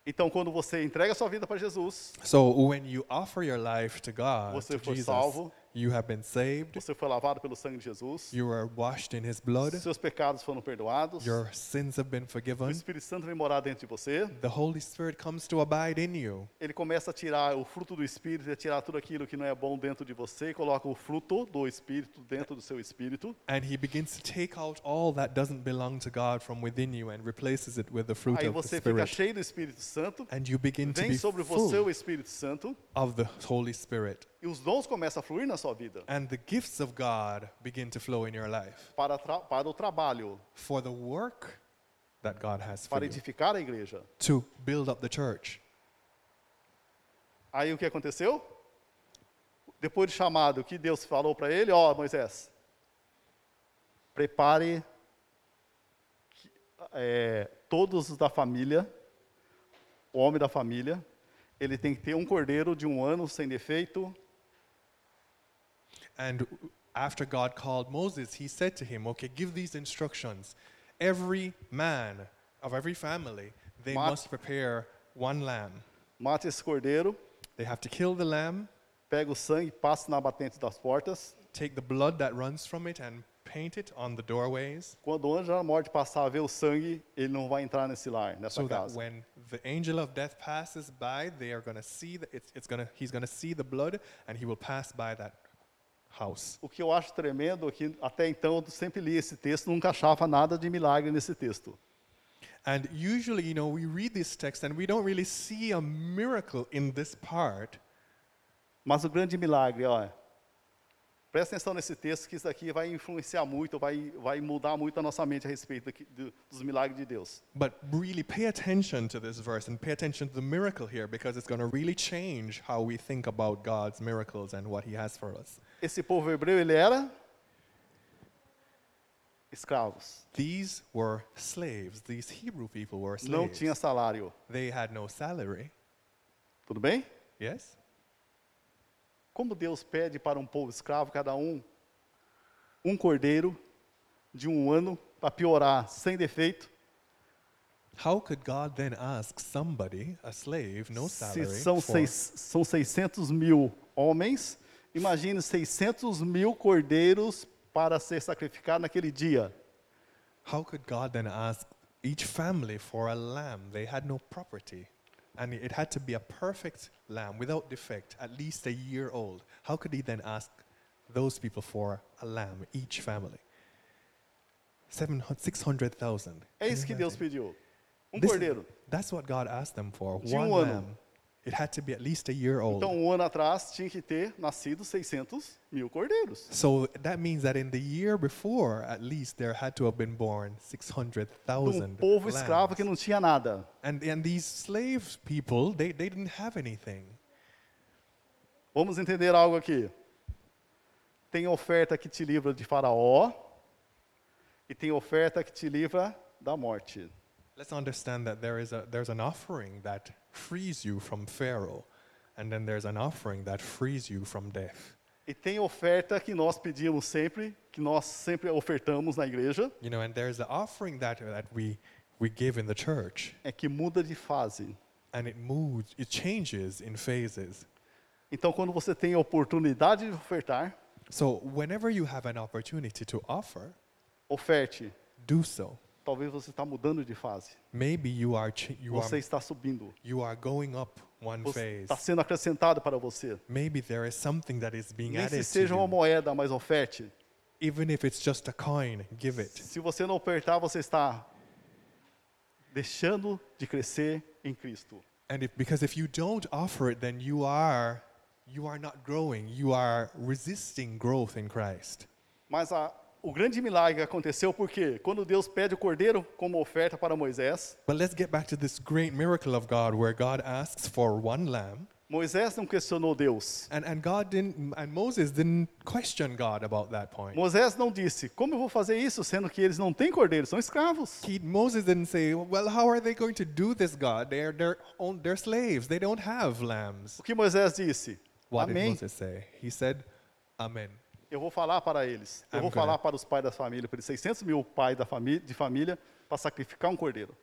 S2: Então, quando você entrega a sua vida para Jesus,
S1: So when you offer your life to God,
S2: Você
S1: to
S2: foi
S1: Jesus,
S2: salvo.
S1: you have been saved.
S2: Você foi lavado pelo sangue de Jesus.
S1: You were washed in His blood.
S2: Seus pecados foram perdoados.
S1: Your sins have been
S2: O
S1: forgiven.
S2: Espírito Santo vem morar dentro de você.
S1: The Holy Spirit comes to abide in you,
S2: Ele começa a tirar o fruto do Espírito, a tirar tudo aquilo que não é bom dentro de você e coloca o fruto do Espírito dentro do seu espírito.
S1: and He begins to take out all that doesn't belong to God from within you and replaces it with the fruit
S2: Aí
S1: of the
S2: você fica
S1: Spirit.
S2: cheio do Espírito Santo.
S1: And you begin to
S2: Vem
S1: be
S2: sobre você o
S1: full
S2: Espírito Santo
S1: of the Holy Spirit,
S2: e os dons começam a fluir na sua vida
S1: and the gifts of God begin to flow in your life
S2: para, tra- para o trabalho,
S1: for the work that God has for
S2: para
S1: you
S2: edificar a igreja.
S1: to build up the church.
S2: Aí o que aconteceu? Depois do chamado, o que Deus falou para ele? Ó, Moisés, prepare eh, todos os da família, o homem da família, ele tem que ter um cordeiro de um ano sem defeito.
S1: And after God called Moses, he said to him, Okay, give these instructions. Every man of every family, they
S2: Mat-
S1: must prepare one lamb.
S2: Mate esse cordeiro,
S1: They have to kill the lamb,
S2: pega o sangue, passa na batente das portas.
S1: take the blood that runs from it, and paint it on the doorways,
S2: Quando o anjo da morte passar a ver o sangue, ele não vai entrar nesse lar, nessa
S1: so that
S2: casa.
S1: when the angel of death passes by, they are going to see that it's, it's going to he's going to see the blood, and he will pass by that house.
S2: O que eu acho tremendo é que até então eu sempre li esse texto, nunca achava nada de milagre nesse texto.
S1: And usually, you know, we read this text and we don't really see a miracle in this part.
S2: Mas o grande milagre, olha. Presta atenção nesse texto, que isso daqui vai influenciar muito, vai, vai mudar muito a nossa mente a respeito daqui- do- dos milagres de Deus.
S1: But really pay attention to this verse and pay attention to the miracle here because it's going to really change how we think about God's miracles and what He has for us.
S2: Esse povo hebreu, ele era escravos.
S1: These were slaves. These Hebrew people were
S2: Não
S1: slaves.
S2: tinha salário.
S1: They had no salary.
S2: Tudo bem?
S1: Yes?
S2: Como Deus pede para um povo escravo, cada um, um cordeiro de um ano, para piorar, sem defeito,
S1: How could God then ask somebody, a slave, no
S2: se
S1: salary,
S2: são,
S1: for-
S2: seis, são 600 mil homens, imagine 600 mil cordeiros para ser sacrificado naquele dia.
S1: how could God then ask each family for a lamb? They had no property. And it had to be a perfect lamb without defect, at least a year old. How could he then ask those people for a lamb, each family? Seven hun- 600,000. Can
S2: É isso
S1: you
S2: que Deus
S1: imagine?
S2: pediu. Um
S1: This-
S2: cordeiro.
S1: That's what God asked them for.
S2: Tinha
S1: One
S2: um ano.
S1: lamb. It had to be at least a year old.
S2: Então, um ano atrás, tinha que ter nascido 600 mil cordeiros.
S1: So that means that in the year before, at least, there had to have been born
S2: De um
S1: 600,000
S2: povo
S1: lambs.
S2: escravo que não tinha nada.
S1: And, and these slave people, they, they didn't have anything.
S2: Vamos entender algo aqui. Tem oferta que te livra de Faraó e tem oferta que te livra da morte.
S1: Let's understand that there is a, there's an offering that frees you from Pharaoh, and then there's an offering that frees you from death.
S2: E tem oferta que nós pedimos sempre, que nós sempre ofertamos na igreja,
S1: You know, and there's the offering that, that we, we give in the church,
S2: é que muda de fase.
S1: and it moves, it changes in phases.
S2: Então, quando você tem a oportunidade de ofertar,
S1: So whenever you have an opportunity to offer,
S2: oferte.
S1: do so.
S2: Talvez você está mudando de fase.
S1: Maybe you are, ch- you are
S2: Você está subindo.
S1: You are going up one
S2: Você
S1: phase.
S2: está sendo acrescentado para você.
S1: Maybe there is something that is being
S2: Nem se
S1: added to
S2: seja uma
S1: you.
S2: moeda, mas oferte.
S1: Even if it's just a coin, give it.
S2: Se você não ofertar, você está deixando de crescer em Cristo.
S1: And if, because if you don't offer it, then you are, you are not growing. You are resisting growth in Christ.
S2: Mas a- o grande milagre aconteceu porque quando Deus pede o cordeiro como oferta para Moisés,
S1: But let's get back to this great miracle of God where God asks for one lamb.
S2: Moisés não questionou Deus.
S1: And, and God didn't, and Moses didn't question God about that point.
S2: Moisés não disse, como eu vou fazer isso, sendo que eles não têm cordeiro, são escravos.
S1: He, Moses didn't say, well, how are they going to do this, God? They're, they're, own, they're slaves. They don't have lambs.
S2: O que Moisés disse?
S1: What did
S2: Amém.
S1: Moses say? He said, Amen.
S2: Eu vou falar para eles. Eu
S1: I'm
S2: vou
S1: gonna-
S2: falar para os pais da família, para os 600 mil pais da famí- de família, para sacrificar um cordeiro.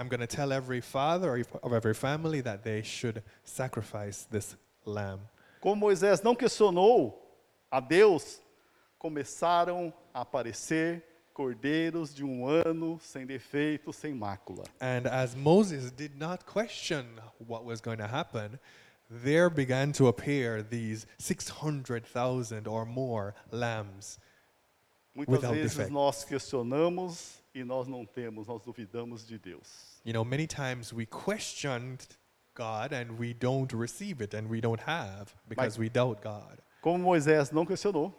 S1: I'm going to tell every father or if- of every family that they should sacrifice this lamb.
S2: Como Moisés não questionou a Deus, começaram a aparecer cordeiros de um ano, sem defeito, sem mácula.
S1: And as Moses did not question what was going to happen, there began to appear these 600,000 or more lambs.
S2: Muitas
S1: Without
S2: vezes
S1: defect.
S2: nós questionamos e nós não temos, nós duvidamos de Deus.
S1: You know, many times we questioned God and we don't receive it and we don't have because we doubt God.
S2: Como Moisés não questionou,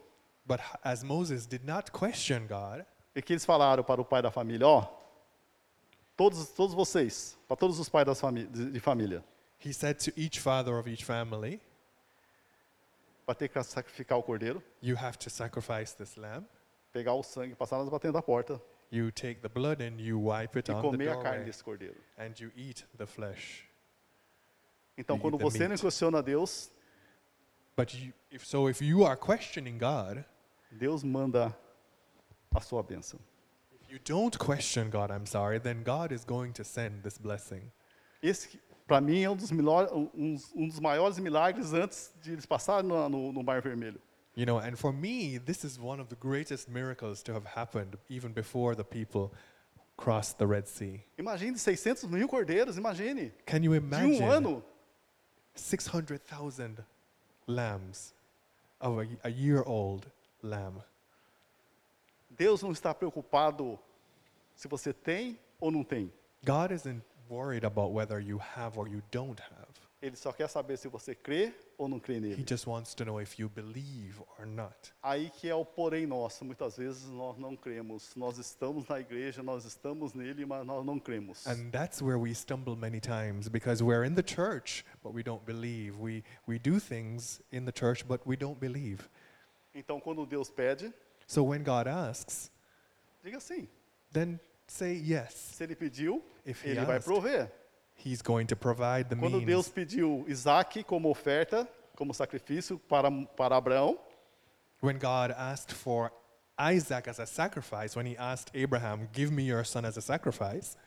S1: But h- as Moses did not question God,
S2: e que eles falaram para o pai da família, ó, todos, todos vocês, para todos os pais das famí- de, de família,
S1: he said to each father of each family,
S2: vai ter que sacrificar o cordeiro,
S1: you have to sacrifice this lamb.
S2: pegar o sangue, passar nas batendo da porta
S1: You take the blood and you wipe it
S2: e
S1: on the
S2: comer a carne
S1: doorway,
S2: desse cordeiro.
S1: and you eat the flesh.
S2: Então,
S1: You
S2: quando
S1: eat the
S2: você não
S1: meat.
S2: questiona Deus,
S1: But you, if so, if you are questioning God,
S2: Deus manda a sua bênção.
S1: if you don't question God, I'm sorry, then God is going to send this blessing.
S2: Esse, para mim, é um dos, milor- um, um dos maiores milagres antes de eles passarem no, no, no Mar Vermelho.
S1: You know, and for me, this is one of the greatest miracles to have happened even before the people crossed the Red Sea.
S2: Imagine 600 mil cordeiros, imagine.
S1: Can you
S2: De um
S1: imagine
S2: ano,
S1: 600,000 lambs of a, a year old lamb?
S2: Deus não está preocupado se você tem ou não tem.
S1: God isn't worried about whether you have or you don't have.
S2: Ele só quer saber se você crê ou não crê
S1: He
S2: nele.
S1: just wants to know if you believe or not.
S2: Aí que é o porém nosso. Muitas vezes nós não cremos. Nós estamos na igreja, nós estamos nele, mas nós não cremos.
S1: And that's where we stumble many times because we're in the church, but we don't believe. We, we do things in the church, but we don't believe.
S2: Então, quando Deus pede,
S1: So when God asks,
S2: diga sim.
S1: then say yes.
S2: Se ele pediu,
S1: If he
S2: ele vai
S1: asked.
S2: prover.
S1: He's going to provide the
S2: Quando
S1: means.
S2: Deus pediu Isaac como oferta, como sacrifício para, para Abraão,
S1: When God asked for Isaac as a sacrifice, when he asked Abraham, Give me your son as a sacrifice,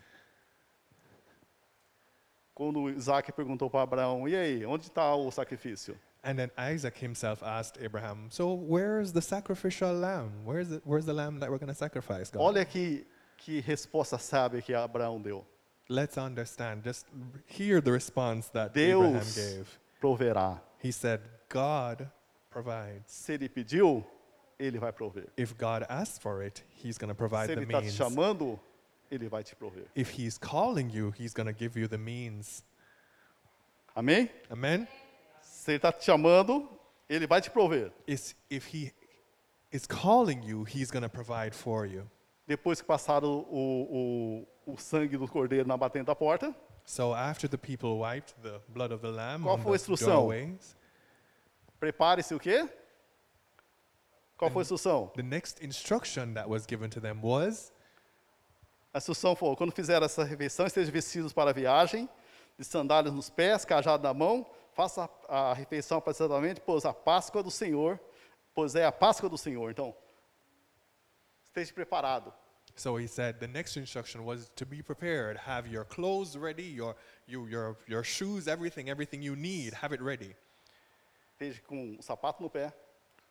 S2: quando Isaac perguntou para Abraão, e aí, onde está o sacrifício?
S1: and then Isaac himself asked Abraham, So where's the sacrificial lamb? Where's the, where's the lamb that we're going to sacrifice, God?
S2: Olha que, que resposta sábia que Abraão deu.
S1: Let's understand. Just hear the response that Abraham
S2: Deus
S1: gave.
S2: proverá.
S1: He said, God provides.
S2: Se ele pediu, ele vai prover.
S1: If God asks for it, he's going to provide
S2: Se
S1: the
S2: ele está te
S1: means.
S2: chamando, ele vai te prover.
S1: If he's calling you, he's going to give you the means.
S2: Amém?
S1: Amen?
S2: Se ele está te chamando, ele vai te prover.
S1: It's, if he is calling you, he's going to provide for you.
S2: Depois que passaram o, o, o sangue do cordeiro na batente da porta,
S1: So after the people wiped the blood of the lamb
S2: Qual
S1: on
S2: foi a
S1: the
S2: instrução?
S1: doorways,
S2: prepare-se o quê? Qual
S1: É.
S2: foi a instrução?
S1: the next instruction that was given to them was,
S2: A instrução foi: quando fizer essa refeição, estejam vestidos para a viagem, de sandálias nos pés, cajado na mão, faça a, a refeição apressadamente, pois a Páscoa do Senhor, pois é a Páscoa do Senhor. Então, esteja preparado.
S1: so he said, the next instruction was to be prepared, have your clothes ready, your, you, your, your shoes, everything, everything you need, have it ready.
S2: Esteja com o sapato no pé,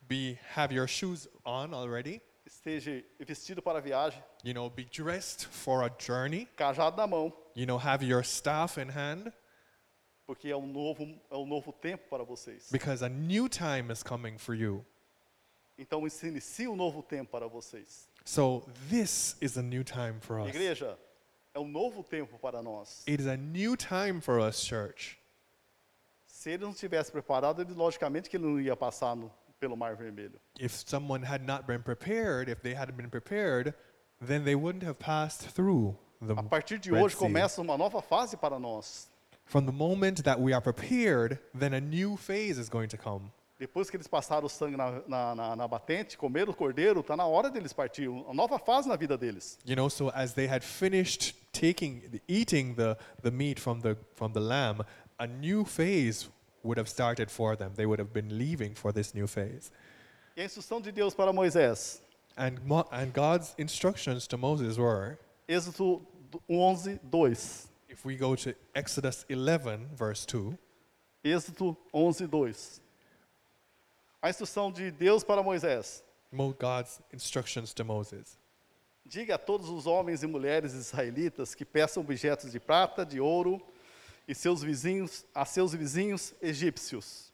S1: Be, have your shoes on already,
S2: esteja vestido para a viagem,
S1: you know, be dressed for a journey,
S2: cajado na mão,
S1: you know, have your staff in hand,
S2: porque é um novo, é um novo tempo para vocês.
S1: because a new time is coming for you.
S2: Então, se inicia um novo tempo para vocês.
S1: So this is a new time for us.
S2: Igreja, é um novo tempo para nós.
S1: It is a new time for us, church.
S2: Se ele não tivesse preparado, ele logicamente que ele não ia passar no- pelo Mar Vermelho.
S1: If someone had not been prepared, if they hadn't been prepared, then they wouldn't have passed through the
S2: A partir de
S1: Red
S2: hoje
S1: Sea.
S2: começa uma nova fase para nós.
S1: From the moment that we are prepared, then a new phase is going to come.
S2: Depois que eles passaram o sangue na, na, na, na batente, comeram o cordeiro, está na hora deles partir. Uma nova fase na vida deles.
S1: You know, so as they had finished taking eating the, the meat from the from the lamb, a new phase would have started for them. They would have been leaving for this new phase.
S2: E a instrução de Deus para Moisés,
S1: And Mo- and God's instructions to Moses were,
S2: Êxodo 11, 2.
S1: if we go to Exodus 11 verse 2,
S2: Êxodo 11, 2. A instrução de Deus para Moisés.
S1: Mo- God's instructions to Moses.
S2: Diga a todos os homens e mulheres israelitas que peçam objetos de prata, de ouro e seus vizinhos, a seus vizinhos egípcios.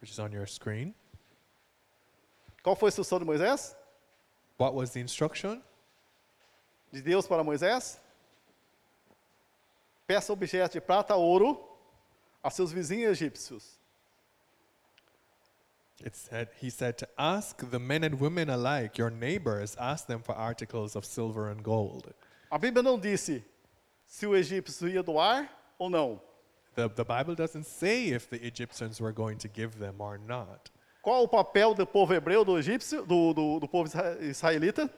S1: which is on your screen.
S2: Qual foi a instrução de Moisés?
S1: What was the instruction?
S2: De Deus para Moisés? Peça objetos de prata, ouro a seus vizinhos egípcios.
S1: It said, he said to ask the men and women alike, your neighbors, ask them for articles of silver and gold.
S2: A Bíblia não disse se o egípcio ia doar ou não.
S1: The, the Bible doesn't say if the Egyptians were going to give them or not.
S2: Qual o papel do povo hebreu, do egípcio, do, do, do povo isra- israelita?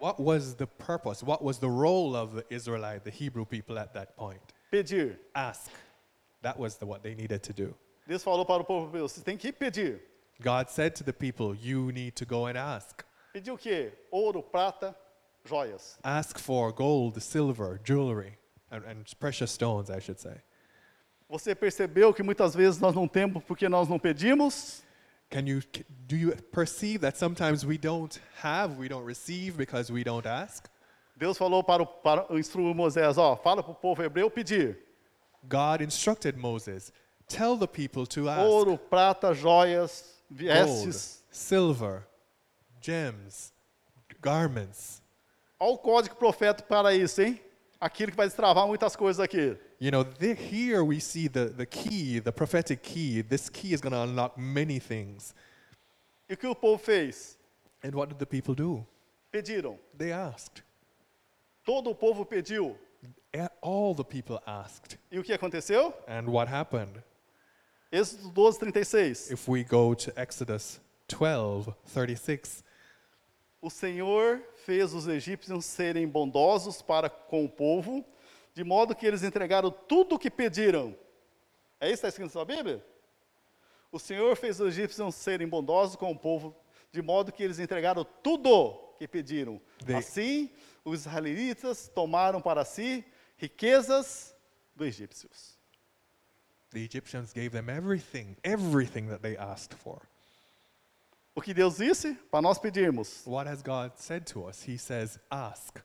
S1: What was the purpose? What was the role of the Israelite, the Hebrew people at that point?
S2: Pedir.
S1: Ask. That was the, what they needed to do.
S2: Deus falou para o povo hebreu: você tem que pedir.
S1: God said to the people, You need to go and ask.
S2: Pediu o quê? Ouro, prata, joias.
S1: Ask for gold, silver, jewelry, and, and precious stones, I should say.
S2: Você percebeu que muitas vezes nós não temos porque nós não pedimos?
S1: Can you c- do you perceive that sometimes we don't have, we don't receive because we don't ask?
S2: Deus falou para o, para, instruiu Moisés, ó, fala para o povo hebreu pedir.
S1: God instructed Moses, tell the people to ask
S2: Ouro, prata, joias,
S1: gold,
S2: vestes.
S1: silver, gems, garments.
S2: Olha o código profeta para isso, hein? Aquilo que vai destravar muitas coisas aqui.
S1: You know, the, here we see the, the key, the prophetic key. This key is going to unlock many things.
S2: E o que o povo fez?
S1: And what did the people do?
S2: Pediram.
S1: They asked.
S2: Todo o povo pediu.
S1: A- All the people asked.
S2: E o que aconteceu?
S1: And what happened?
S2: Êxodo 12, 36.
S1: If we go to Exodus 12 36,
S2: O Senhor fez os egípcios serem bondosos para com o povo, de modo que eles entregaram tudo o que pediram. É isso que está escrito na sua Bíblia? O Senhor fez os egípcios serem bondosos com o povo, de modo que eles entregaram tudo que pediram.
S1: They-
S2: Assim, os israelitas tomaram para si riquezas dos egípcios.
S1: the Egyptians gave them everything, everything that they asked for.
S2: O que Deus disse para nós pedirmos?
S1: What has God said to us? He says, Ask.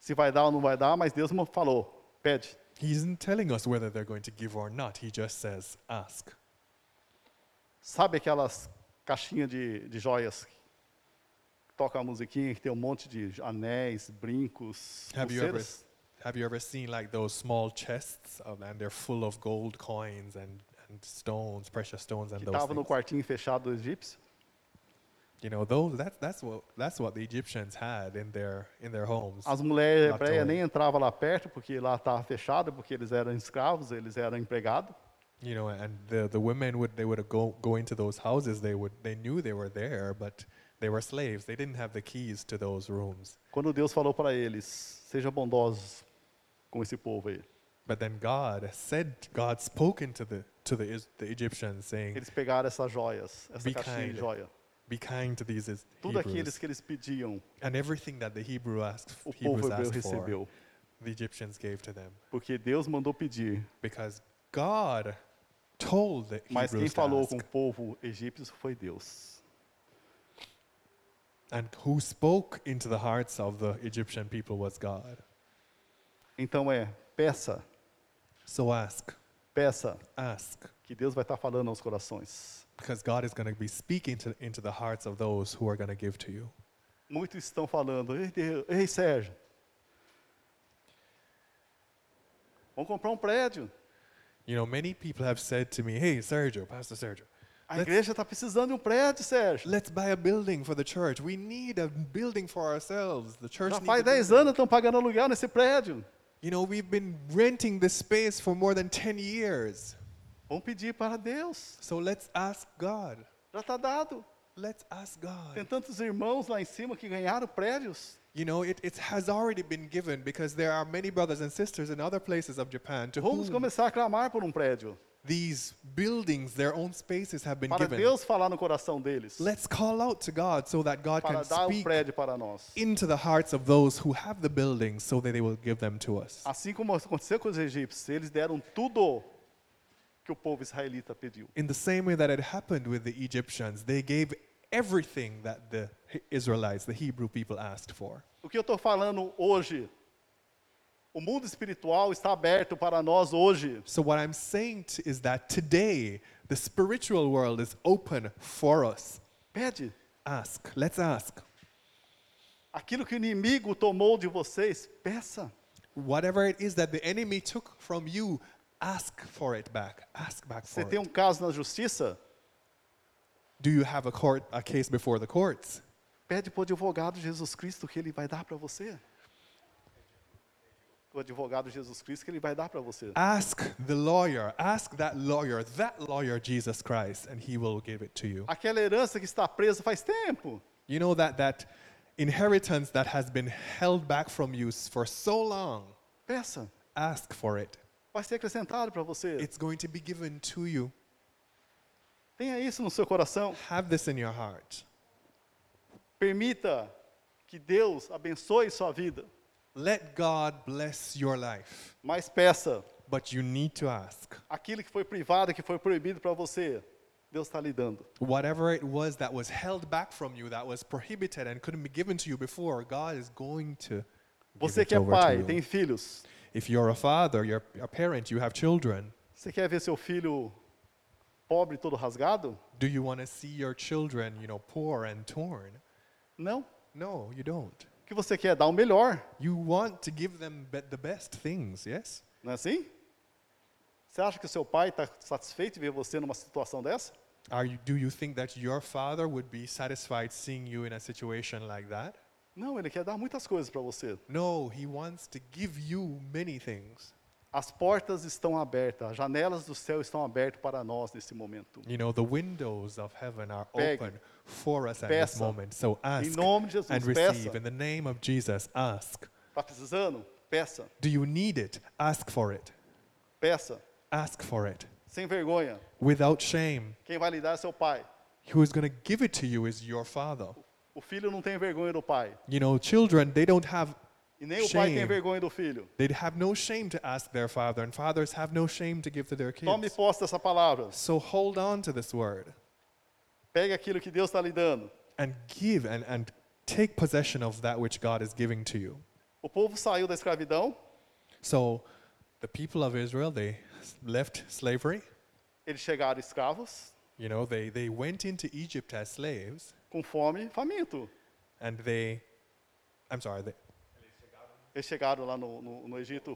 S2: Se vai dar ou não vai dar, mas Deus mo- falou: pede.
S1: He isn't telling us whether they're going to give or not. He just says, Ask.
S2: Sabe aquelas caixinhas de, de joias que toca a musiquinha, que tem um monte de anéis, brincos,
S1: Have you, ever,
S2: pulseiras?
S1: have you ever seen like those small chests of, and they're full of gold coins and, and stones, precious stones and
S2: que
S1: those
S2: estava no
S1: things?
S2: quartinho fechado do egípcio?
S1: You know, those that, that's what that's what the Egyptians had in their in their homes.
S2: As mulheres
S1: Lá
S2: hebreias
S1: tem.
S2: nem entravam lá perto, porque lá estava fechado, porque eles eram escravos, eles eram empregados.
S1: You know, and the, the women would they would go go into those houses, they would they knew they were there, but they were slaves. They didn't have the keys to those rooms.
S2: Quando Deus falou para eles, seja bondosos com esse povo aí,
S1: But then God said God spoken to the to the, Is- the Egyptians saying,
S2: eles pegaram essas joias, essa
S1: Be
S2: caixinha
S1: kind.
S2: de joia.
S1: Be kind to these Is-
S2: Tudo aqueles
S1: Hebrews.
S2: que eles pediam,
S1: And everything that the Hebrew asked
S2: o povo
S1: Hebrews
S2: hebreu
S1: asked for.
S2: recebeu.
S1: the Egyptians gave to them
S2: Porque Deus mandou pedir,
S1: because God told the
S2: Mas quem
S1: Hebrews to
S2: falou
S1: ask,
S2: com o povo egípcio foi Deus.
S1: and who spoke into the hearts of the Egyptian people was God.
S2: Então é, peça,
S1: So ask,
S2: peça,
S1: ask,
S2: que Deus vai estar falando aos corações.
S1: because God is going to be speaking to, into the hearts of those who are going to give to you.
S2: Muitos estão falando, ei, Deus, ei Sérgio, vamos comprar um prédio.
S1: You know, many people have said to me, "Hey, Sergio, Pastor Sergio,
S2: A
S1: Let's-
S2: igreja está precisando de um prédio, Sérgio.
S1: let's buy a building for the church. We need a building for ourselves. The church
S2: Já
S1: needs a
S2: faz 10
S1: building."
S2: anos estão pagando aluguel nesse prédio.
S1: You know, we've been renting this space for more than 10 years.
S2: Vamos pedir para Deus.
S1: So let's ask God.
S2: Já está dado.
S1: Let's ask God.
S2: Tem tantos irmãos lá em cima que ganharam prédios.
S1: You know, it, it has already been given because there are many brothers and sisters in other places of Japan to
S2: Vamos
S1: whom
S2: começar a clamar por um prédio.
S1: these buildings, their own spaces have been
S2: Para
S1: given.
S2: Deus falar no coração deles.
S1: Let's call out to God so that God
S2: para
S1: can
S2: dar um
S1: speak
S2: prédio para nós.
S1: into the hearts of those who have the buildings so that they will give them to us.
S2: Assim como aconteceu com os egípcios, eles deram tudo que o povo israelita pediu.
S1: In the same way that it happened with the Egyptians, they gave everything that the H- Israelites, the Hebrew people, asked for.
S2: O que eu estou falando hoje? O mundo espiritual está aberto para nós hoje.
S1: So, what I'm saying t- is that today, the spiritual world is open for us.
S2: Pede.
S1: Ask. Let's ask.
S2: Aquilo que o inimigo tomou de vocês, peça.
S1: Whatever it is that the enemy took from you, ask for it back. Ask back for
S2: Você tem
S1: it.
S2: um caso na justiça?
S1: Do you have a court a case before the courts?
S2: Pede para o advogado Jesus Cristo que ele vai dar para você. O advogado Jesus Cristo que ele vai dar para
S1: Ah.
S2: você.
S1: Ask the lawyer. Ask that lawyer, that lawyer Jesus Christ, and he will give it to you.
S2: Aquela herança que está presa faz tempo.
S1: You know that that inheritance that has been held back from you s- for so long.
S2: Peça.
S1: Ask for it.
S2: Vai ser acrescentado para você.
S1: It's going to be given to you.
S2: Tenha isso no seu coração.
S1: Have this in your heart.
S2: Permita que Deus abençoe sua vida.
S1: Let God bless your life,
S2: Mas peça
S1: but you need to ask.
S2: aquilo que foi privado, que foi proibido para você. Deus está lhe dando.
S1: Whatever it was that was held back from you, that was prohibited and couldn't be given to you before, God is going to. Give
S2: Você
S1: it
S2: que é
S1: over to
S2: pai,
S1: you.
S2: tem filhos.
S1: If you're a father, you're a parent, you have children.
S2: Você quer ver seu filho pobre, todo rasgado?
S1: Do you want to see your children, you know, poor and torn?
S2: Não.
S1: No, you don't.
S2: O que você quer dar o melhor,
S1: You want to give them be- the best things, yes?
S2: não é assim? Você acha que o seu pai está satisfeito de ver você numa situação dessa?
S1: Are you, do you think that your father would be satisfied seeing you in a situation like that?
S2: Não, ele quer dar muitas coisas para você.
S1: No, he wants to give you many things.
S2: As portas estão abertas, as janelas do céu estão abertas para nós nesse momento.
S1: You know, the windows of heaven are
S2: Pegue.
S1: open for us at this
S2: Peça.
S1: moment. So ask
S2: nome de Jesus,
S1: and
S2: peça.
S1: receive. In the name of Jesus, ask.
S2: Está Tá precisando? Peça,
S1: Do you need it? Ask for it.
S2: peça,
S1: Ask for it.
S2: sem vergonha.
S1: Without shame.
S2: Quem vai lhe dar é seu pai.
S1: Who is going to give it to you is your father.
S2: O filho não tem vergonha do pai.
S1: You know, children, they don't have
S2: E nem o pai tem
S1: Shame.
S2: vergonha do filho.
S1: They'd have no shame to ask their father, and fathers have no shame to give to their kids.
S2: Tome posse dessa palavra.
S1: So hold on to this word
S2: Pegue aquilo que Deus está lhe dando.
S1: and give and, and take possession of that which God is giving to you.
S2: O povo saiu da escravidão,
S1: So the people of Israel, they s- left slavery.
S2: eles chegaram escravos,
S1: You know, they, they went into Egypt as slaves,
S2: com fome, faminto.
S1: and they, I'm sorry, they,
S2: Eles chegaram lá no, no, no Egito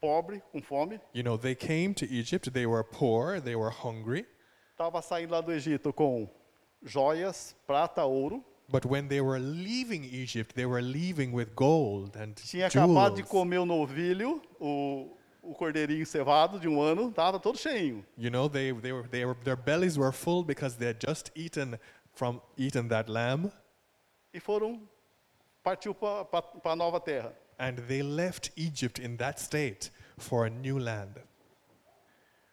S2: pobre, com fome.
S1: you know, they came to Egypt, they were poor, they were hungry,
S2: Estava saindo lá do Egito com joias, prata, ouro.
S1: but when they were leaving Egypt, they were leaving with gold and
S2: Tinha acabado de
S1: jewels.
S2: comer o novilho, o, o cordeirinho cevado de um ano, estava todo cheinho.
S1: You know, they, they were, they were, their bellies were full because they had just eaten from eaten that lamb,
S2: E foram, partiu para a nova terra.
S1: and they left Egypt in that state for a new land.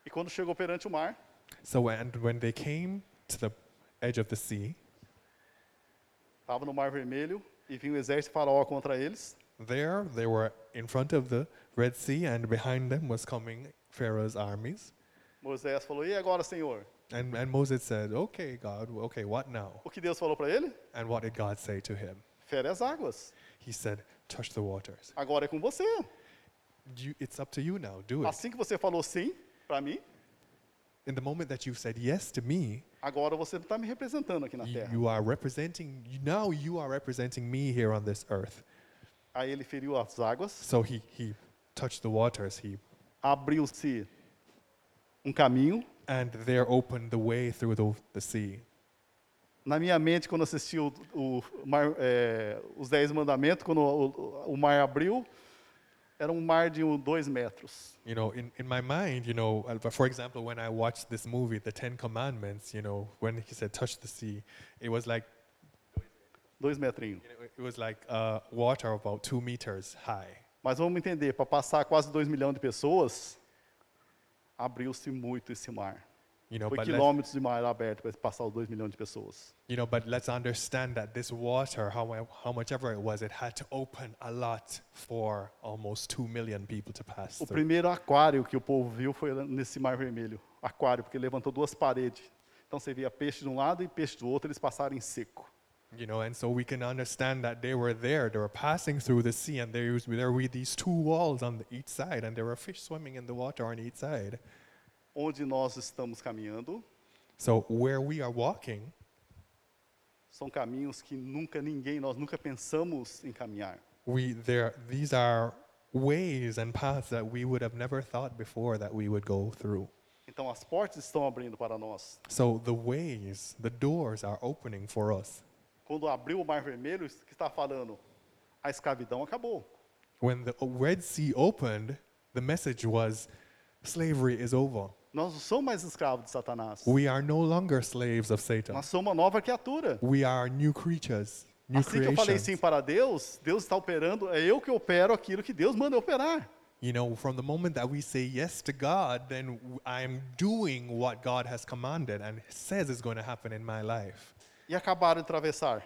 S2: E quando chegou perante o mar,
S1: So, and when they came to the edge of the sea,
S2: estava no mar vermelho, e vinha o exército de faraó contra eles.
S1: there they were in front of the Red Sea, and behind them was coming Pharaoh's armies.
S2: Moisés falou, e agora, Senhor?
S1: And, and Moses said, Okay, God, okay, what now?
S2: O que Deus falou para ele?
S1: And what did God say to him?
S2: Fere as águas.
S1: He said, Touch the waters.
S2: Agora é com você.
S1: You, it's up to you now, do it.
S2: Assim que você falou sim para mim,
S1: In the moment that you've said yes to me,
S2: agora você não está me representando aqui na
S1: you,
S2: terra.
S1: you are representing you- now you are representing me here on this earth
S2: Aí ele feriu as águas,
S1: so he he touched the waters he
S2: abriu-se um caminho.
S1: and there opened the way through the, the sea
S2: Na minha mente, quando assisti o, o mar, é, os Dez Mandamentos, quando o, o mar abriu, era um mar de um, dois metros.
S1: you know in, in my mind you know uh, for example when i watched this movie the ten commandments you know when he said touch the sea it was like
S2: Dois metrinhos.
S1: you know, it was like uh, water about two meters high
S2: Mas vamos entender, para passar quase dois milhões de pessoas, abriu-se muito esse mar.
S1: you know
S2: Foi
S1: but let,
S2: quilômetros de mar aberto para passar os 2 milhões de pessoas.
S1: you know but let's understand that this water how, mu- how much ever it was it had to open a lot for almost two million people to pass
S2: O
S1: through
S2: primeiro aquário que o povo viu foi nesse mar vermelho. Aquário, porque levantou duas paredes. Então você via peixe de um lado e peixe do outro, eles passaram em seco.
S1: You know, and so we can understand that they were there. They were passing through the sea, and there was there were these two walls on the, each side, and there were fish swimming in the water on each side.
S2: Onde nós estamos caminhando
S1: So where we are walking,
S2: são caminhos que nunca ninguém, nós nunca pensamos em caminhar.
S1: we there these are ways and paths that we would have never thought before that we would go through.
S2: Então as portas estão abrindo para nós.
S1: So the ways, the doors are opening for us.
S2: Quando abriu o mar vermelho, isso que está falando? A escravidão acabou.
S1: When the Red Sea opened, the message was, slavery is over.
S2: Nós não somos mais escravos de Satanás.
S1: We are no longer slaves of Satan.
S2: Nós somos uma nova criatura.
S1: We are new creatures, new
S2: assim que eu falei
S1: creations.
S2: sim para Deus, Deus está operando, é eu que opero aquilo que Deus manda eu operar.
S1: You know, from the moment that we say yes to God, then w- I'm doing what God has commanded and says is going to happen in my life.
S2: E acabaram de atravessar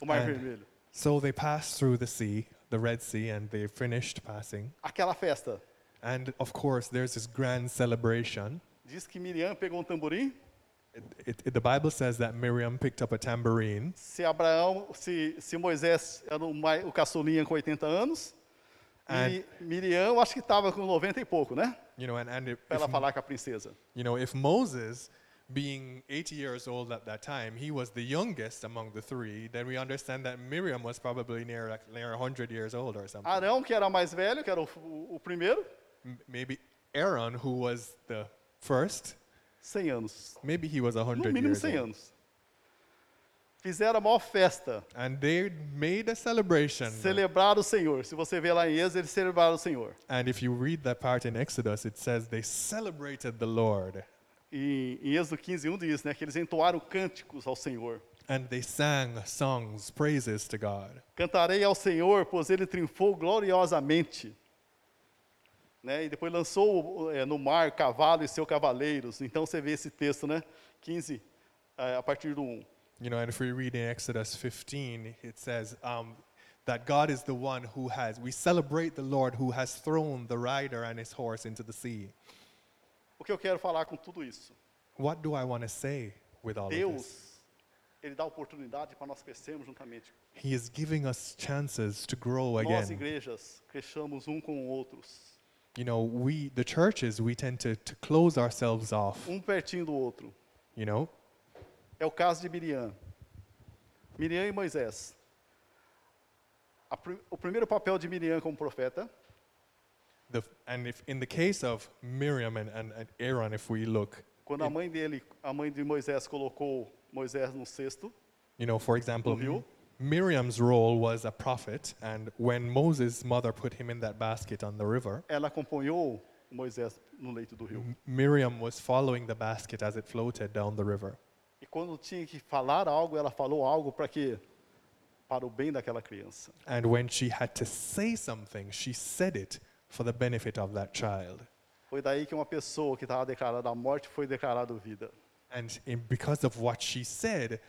S2: o Mar
S1: And
S2: Vermelho.
S1: so they passed through the sea, the Red Sea, and they finished passing.
S2: Aquela festa.
S1: And of course, there's this grand celebration.
S2: Diz que Miriam pegou um tamborim.
S1: It, it, it- the Bible says that Miriam picked up a tambourine.
S2: Se Abraão, se, se Moisés era o, mai- o caçulinha com 80 anos, e
S1: É.
S2: Miriam, eu acho que estava com 90 e pouco, né?
S1: You know, and, and if,
S2: Para ela
S1: if-
S2: falar com a princesa.
S1: you know, if Moses being 80 years old at that time, he was the youngest among the three. Then we understand that Miriam was probably near like near 100 years old or something.
S2: Arão, que era mais velho, que era o, o- o primeiro,
S1: M- maybe Aaron, who was the first,
S2: 100 anos.
S1: maybe he was 100
S2: No mínimo
S1: years
S2: 100
S1: old.
S2: anos. Fizeram a maior festa.
S1: And they made a celebration.
S2: Celebrar o Senhor. Se você vê lá em Êxodo, eles celebraram o Senhor.
S1: And if you read that part in Exodus, it says they celebrated the Lord
S2: E em Êxodo 15, 1 diz né, que eles entoaram cânticos ao Senhor.
S1: and they sang songs, praises to God.
S2: Cantarei ao Senhor, pois ele triunfou gloriosamente. Né? E depois lançou eh, no mar cavalo e seu cavaleiros. Então você vê esse texto, né? 15, eh, a partir do 1.
S1: You know, and if we read in Exodus 15, it says um, that God is the one who has, we celebrate the Lord who has thrown the rider and his horse into the sea.
S2: O que eu quero falar com tudo isso?
S1: What do I want to say with all of this?
S2: Deus, ele dá oportunidade para nós crescermos juntamente.
S1: He is giving us chances to grow
S2: Nós,
S1: again.
S2: igrejas, cresçamos um com outros,
S1: You know, we, the churches, we tend to, to close ourselves off,
S2: um pertinho do outro.
S1: you know?
S2: É o caso de Miriam. Miriam e Moisés. A pri- o primeiro papel de Miriam como profeta
S1: The, and if in the case of Miriam and, and, and Aaron, if we look,
S2: Quando a mãe dele, a mãe de Moisés colocou Moisés no cesto,
S1: you know, for example,
S2: Of you?
S1: Miriam's role was a prophet, and when Moses' mother put him in that basket on the river,
S2: ela acompanhou Moisés no leito do rio.
S1: M- Miriam was following the basket as it floated down the river.
S2: E quando tinha que falar algo, ela falou algo para quê? Para o bem daquela criança.
S1: And when she had to say something, she said it for the benefit of that child.
S2: Foi daí que uma pessoa que estava declarada a morte foi declarada vida.
S1: And in, because of what she said,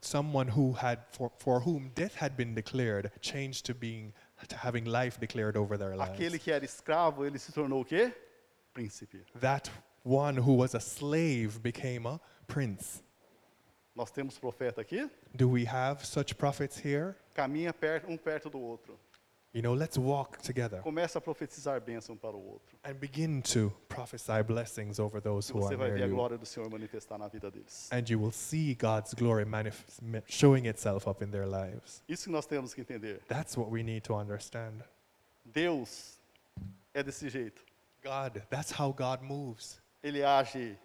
S1: someone who had for, for whom death had been declared changed to being to having life declared over their lives.
S2: Aquele que era escravo, ele se tornou o quê? Príncipe.
S1: that one who was a slave became a prince.
S2: Nós temos profeta aqui,
S1: Do we have such prophets here?
S2: caminha per- um perto do outro.
S1: You know, let's walk together
S2: Começa a profetizar bênção para o outro.
S1: and begin to prophesy blessings over those
S2: E
S1: who are
S2: você vai ver
S1: near
S2: a
S1: you.
S2: glória do Senhor manifestar na vida deles.
S1: And you will see God's glory manif- ma- showing itself up in their lives.
S2: Isso que nós temos que entender.
S1: That's what we need to understand.
S2: Deus é desse jeito.
S1: God, that's how God moves.
S2: Ele age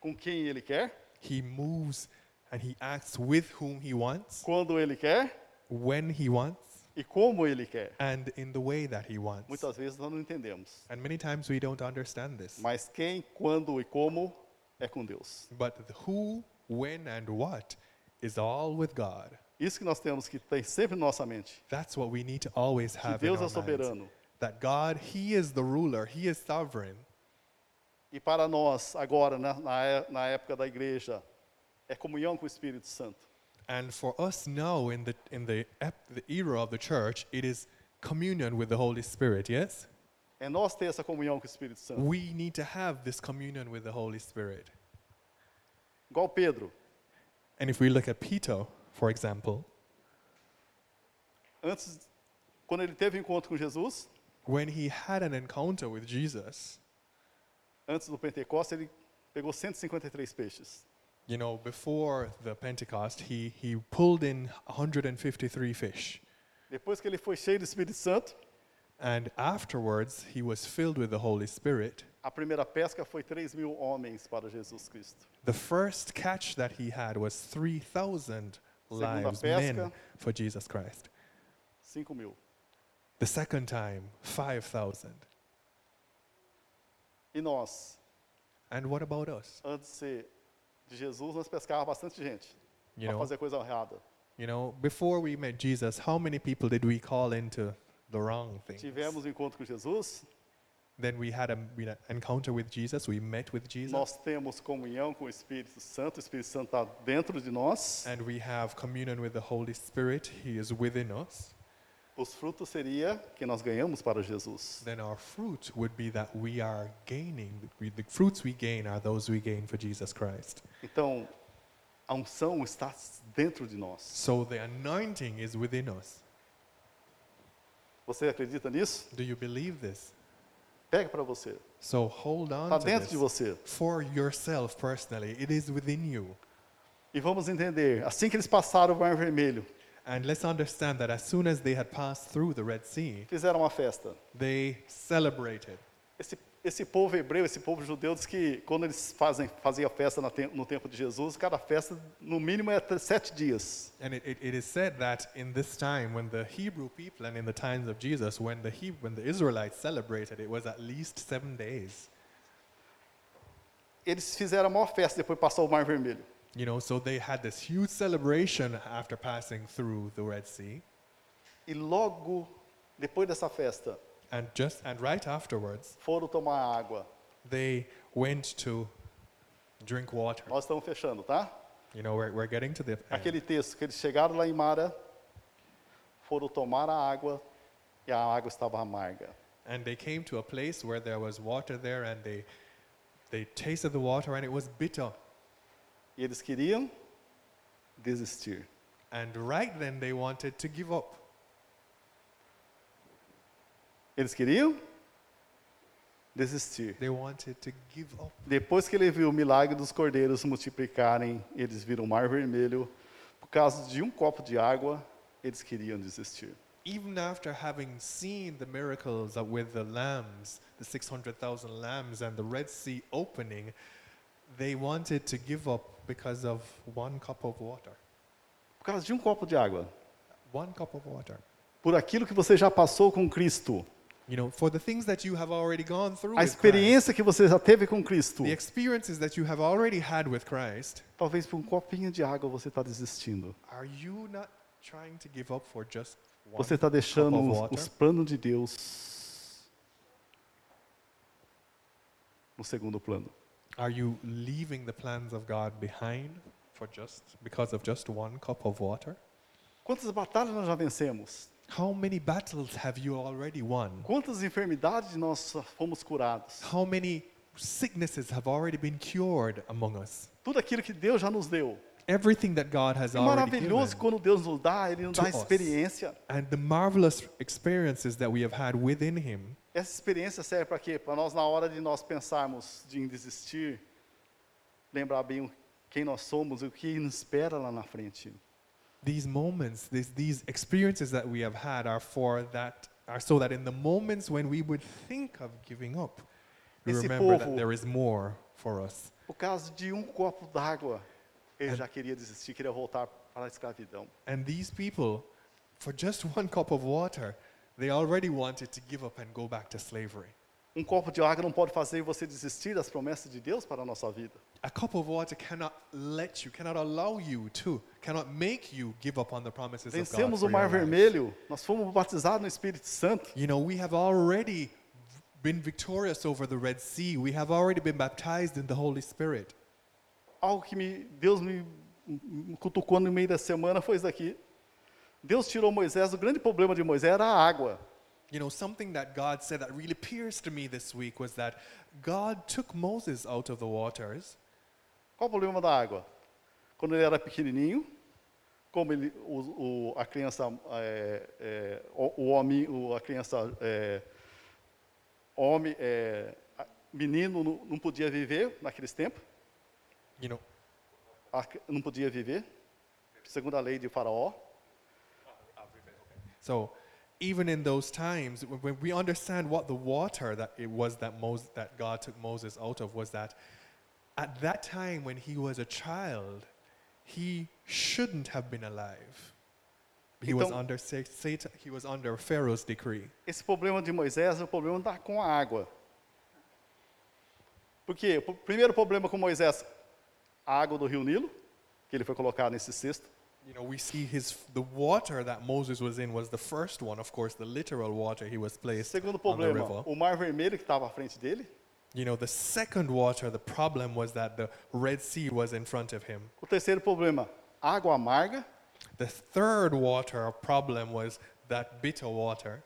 S2: com quem ele quer,
S1: He moves and he acts with whom he wants,
S2: quando ele quer
S1: when he wants,
S2: e como ele quer.
S1: and in the way that he wants.
S2: Muitas vezes nós não entendemos.
S1: And many times we don't understand this.
S2: Mas quem, quando e como é com Deus.
S1: But the who, when, and what is all with God.
S2: Isso que nós temos que ter sempre na nossa mente.
S1: That's what we need to always
S2: Que
S1: have
S2: Deus
S1: in
S2: é
S1: our minds.
S2: soberano.
S1: That God, He is the ruler, He is sovereign.
S2: E para nós, agora, na, na é- na época da igreja, é comunhão com o Espírito Santo.
S1: And for us now in the in the, ep- the era of the church, it is communion with the Holy Spirit. Yes,
S2: É nós ter essa comunhão com o Espírito Santo.
S1: we need to have this communion with the Holy Spirit.
S2: Igual Pedro,
S1: And if we look at Peter, for example,
S2: antes, quando ele teve encontro com Jesus,
S1: when he had an encounter with Jesus,
S2: antes do Pentecostes, ele pegou 153 peixes.
S1: you know, before the Pentecost, he he pulled in 153 fish.
S2: Depois que ele foi cheio do Espírito Santo,
S1: And afterwards, he was filled with the Holy Spirit.
S2: a primeira pesca foi 3 mil homens para Jesus Cristo.
S1: The first catch that he had was 3,000 lives,
S2: pesca.
S1: men, for Jesus Christ.
S2: 5 mil.
S1: The second time, 5,000.
S2: E nós,
S1: And what about us?
S2: antes de ser de Jesus, nós pescava bastante gente
S1: You
S2: para
S1: know,
S2: fazer coisa errada.
S1: you know, before we met Jesus, how many people did we call into the wrong things?
S2: Tivemos um encontro com Jesus,
S1: Then we had an encounter with Jesus, we met with Jesus,
S2: nós temos comunhão com o Espírito Santo, o Espírito Santo está dentro de nós.
S1: and we have communion with the Holy Spirit. He is within us.
S2: Os frutos seria que nós ganhamos para Jesus.
S1: then our fruit would be that we are gaining. we- The fruits we gain are those we gain for Jesus Christ.
S2: Então, a unção está dentro de nós.
S1: So the anointing is within us.
S2: Você acredita nisso?
S1: Do you believe this?
S2: Pega para você.
S1: So hold on
S2: Está
S1: to
S2: Tá dentro
S1: this.
S2: de você.
S1: For yourself personally, it is within you.
S2: E vamos entender. Assim que eles passaram o Mar Vermelho,
S1: And let's understand that as soon as they had passed through the Red Sea,
S2: fizeram uma festa.
S1: they celebrated.
S2: Esse, esse povo hebreu, esse povo judeu, diz que quando eles fazem, faziam festa na tem- no tempo de Jesus, cada festa, no mínimo, é tre- sete dias.
S1: And it, it, it is said that in this time, when the Hebrew people and in the times of Jesus, when the, he, when the Israelites celebrated, it was at least seven days.
S2: Eles fizeram a maior festa, depois passou o Mar Vermelho.
S1: You know, so they had this huge celebration after passing through the Red Sea.
S2: E logo depois dessa festa,
S1: And just and right afterwards,
S2: foram tomar água.
S1: they went to drink water.
S2: Nós estamos fechando, tá?
S1: You know, we're, we're getting to the end.
S2: Aquele texto que eles chegaram lá em Mara, foram tomar a água e a água estava amarga.
S1: And they came to a place where there was water there, and they they tasted the water, and it was bitter.
S2: E eles queriam desistir.
S1: And right then they wanted to give up.
S2: Eles queriam desistir.
S1: They wanted to give up.
S2: Depois que ele viu o milagre dos cordeiros multiplicarem, eles viram o mar vermelho. Por causa de um copo de água, eles queriam desistir.
S1: Even after having seen the miracles of- with the lambs, the 600,000 lambs, and the Red Sea opening, they wanted to give up because of one cup of water.
S2: Por causa de um copo de água.
S1: One cup of water.
S2: Por aquilo que você já passou com Cristo,
S1: You know, for the things that you have already gone through
S2: a
S1: with Christ,
S2: experiência que você já teve com Cristo,
S1: the experiences that you have already had with Christ,
S2: talvez por um copinho de água você está desistindo.
S1: are you not trying to give up for just one?
S2: Você está deixando
S1: Cup of
S2: os,
S1: water.
S2: os planos de Deus no segundo plano.
S1: Are you leaving the plans of God behind for just because of just one cup of water?
S2: Quantas batalhas nós já vencemos?
S1: How many battles have you already won?
S2: Quantas enfermidades nós fomos curados?
S1: How many sicknesses have already been cured among us?
S2: Tudo aquilo que Deus já nos deu.
S1: Everything that God has
S2: É
S1: already
S2: maravilhoso
S1: given.
S2: quando Deus nos dá, Ele nos
S1: to
S2: dá
S1: us.
S2: experiência.
S1: And the marvelous experiences that we have had within Him,
S2: Essa experiência serve para quê? Para nós, na hora de nós pensarmos de em desistir, lembrar bem o- quem nós somos e o que nos espera lá na frente.
S1: these moments, these, these experiences that we have had are for that, are so that in the moments when we would think of giving up, we
S2: Esse
S1: remember that
S2: povo-
S1: there is more for us.
S2: Por causa de um copo d'água, ele
S1: É.
S2: já queria desistir, queria voltar para a escravidão.
S1: And these people, for just one cup of water, they already wanted to give up and go back to slavery.
S2: Um copo de água não pode fazer você desistir das promessas de Deus para a nossa vida.
S1: A cup of water cannot let you, cannot allow you to, cannot make you give up on the promises of God.
S2: Vencemos
S1: for
S2: o Mar
S1: your life.
S2: Vermelho, nós fomos batizados no Espírito Santo.
S1: You know, we have already been victorious over the Red Sea. We have already been baptized in the Holy Spirit.
S2: algo que me- Deus me, me cutucou no meio da semana foi isso daqui. Deus tirou Moisés, o grande problema de Moisés era a água.
S1: You know, something that God said that really pierced me this week was that God took Moses out of the waters
S2: Qual o problema da água? Quando ele era pequenininho, como ele, o, o- a criança, é, é, o, o homem, o- a criança, é, homem, é, a- menino não, não podia viver naqueles tempos,
S1: you know,
S2: a cri- não podia viver, segundo a lei de Faraó.
S1: So, even in those times, when- when we understand what the water that it was that Moses, that God took Moses out of was that at that time when he was a child, he shouldn't have been alive. He was
S2: Então-
S1: under Sa- Satan, he was under Pharaoh's decree.
S2: Esse problema de Moisés é o problema da, com a água. Por quê? O primeiro problema com Moisés, a água do rio Nilo, que ele foi colocar nesse cesto.
S1: You know, we see his the water that Moses was in was the first one, of course, the literal water he was placed
S2: Segundo
S1: on the
S2: problema,
S1: river.
S2: o mar vermelho que estava à frente dele.
S1: You know, the second water, the problem was that the Red Sea was in front of him.
S2: O terceiro problema, água amarga.
S1: The third water problem was that bitter water.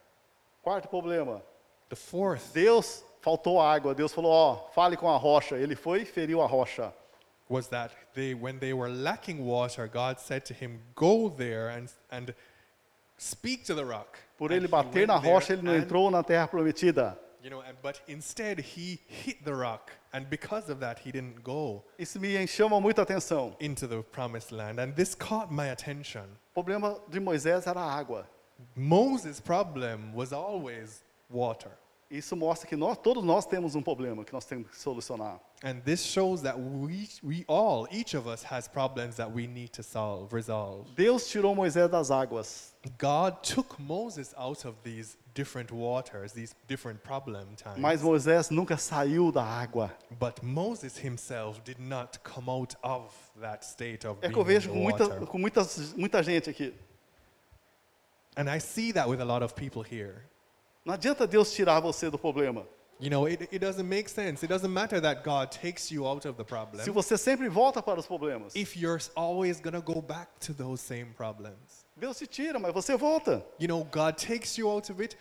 S2: Quarto problema,
S1: The fourth
S2: Deus faltou água. Deus falou, ó, fale com a rocha. Ele foi e feriu a rocha.
S1: was that they, when they were lacking water, God said to him, "Go there and and speak to the rock."
S2: Por
S1: And
S2: ele
S1: he
S2: bater
S1: went
S2: na
S1: there
S2: rocha, ele não
S1: and-
S2: entrou na terra prometida.
S1: You know, and, but instead he hit the rock, and because of that, he didn't go
S2: Isso me chama muita atenção.
S1: into the promised land. And this caught my attention.
S2: O problema de Moisés era a água.
S1: Moses' problem was always water.
S2: Isso mostra que nós, todos nós temos um problema que nós temos que solucionar.
S1: And this shows that we, we all, each of us, has problems that we need to solve, resolve.
S2: Deus tirou Moisés das águas.
S1: God took Moses out of these different waters, these different problem times.
S2: Mas Moisés nunca saiu da água.
S1: But Moses himself did not come out of that state of
S2: É
S1: being
S2: que eu vejo com,
S1: in
S2: muita,
S1: water.
S2: com muitas, muita gente aqui.
S1: And I see that with a lot of people here.
S2: Não adianta Deus tirar você do problema.
S1: You know, it, it doesn't make sense. It doesn't matter that God takes you out of the
S2: Se
S1: problem
S2: você sempre volta para os problemas,
S1: if you're always going to go back to those same problems.
S2: Deus te tira, mas você volta.
S1: You know, God takes you out of it,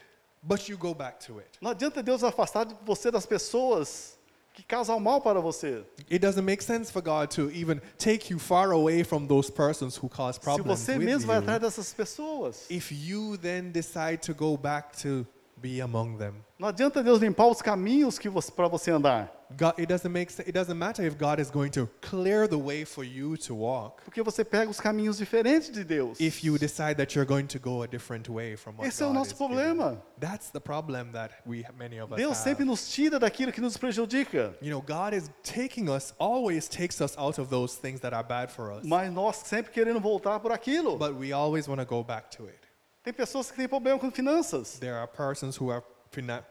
S1: but you go back to it.
S2: Não adianta Deus afastar de você das pessoas que causam mal para você.
S1: It doesn't make sense for God to even take you far away from those persons who cause
S2: Se
S1: problems.
S2: você
S1: with
S2: mesmo vai
S1: you,
S2: atrás dessas pessoas,
S1: if you then decide to go back to be among them.
S2: não adianta Deus limpar os caminhos que você para você andar,
S1: God, it doesn't make se- it doesn't matter if God is going to clear the way for you to walk
S2: porque você pega os caminhos diferentes de Deus.
S1: if you decide that you're going to go a different way from what
S2: Esse é
S1: God
S2: o
S1: is
S2: nosso
S1: giving.
S2: problema.
S1: That's the problem that we many of us
S2: Deus ah,
S1: have.
S2: sempre nos tira daquilo que nos prejudica,
S1: You know, God is taking us always takes us out of those things that are bad for us,
S2: mas nós sempre querendo voltar por aquilo.
S1: but we always want to go back to it.
S2: Tem pessoas que têm problema com finanças.
S1: There are persons who have fina-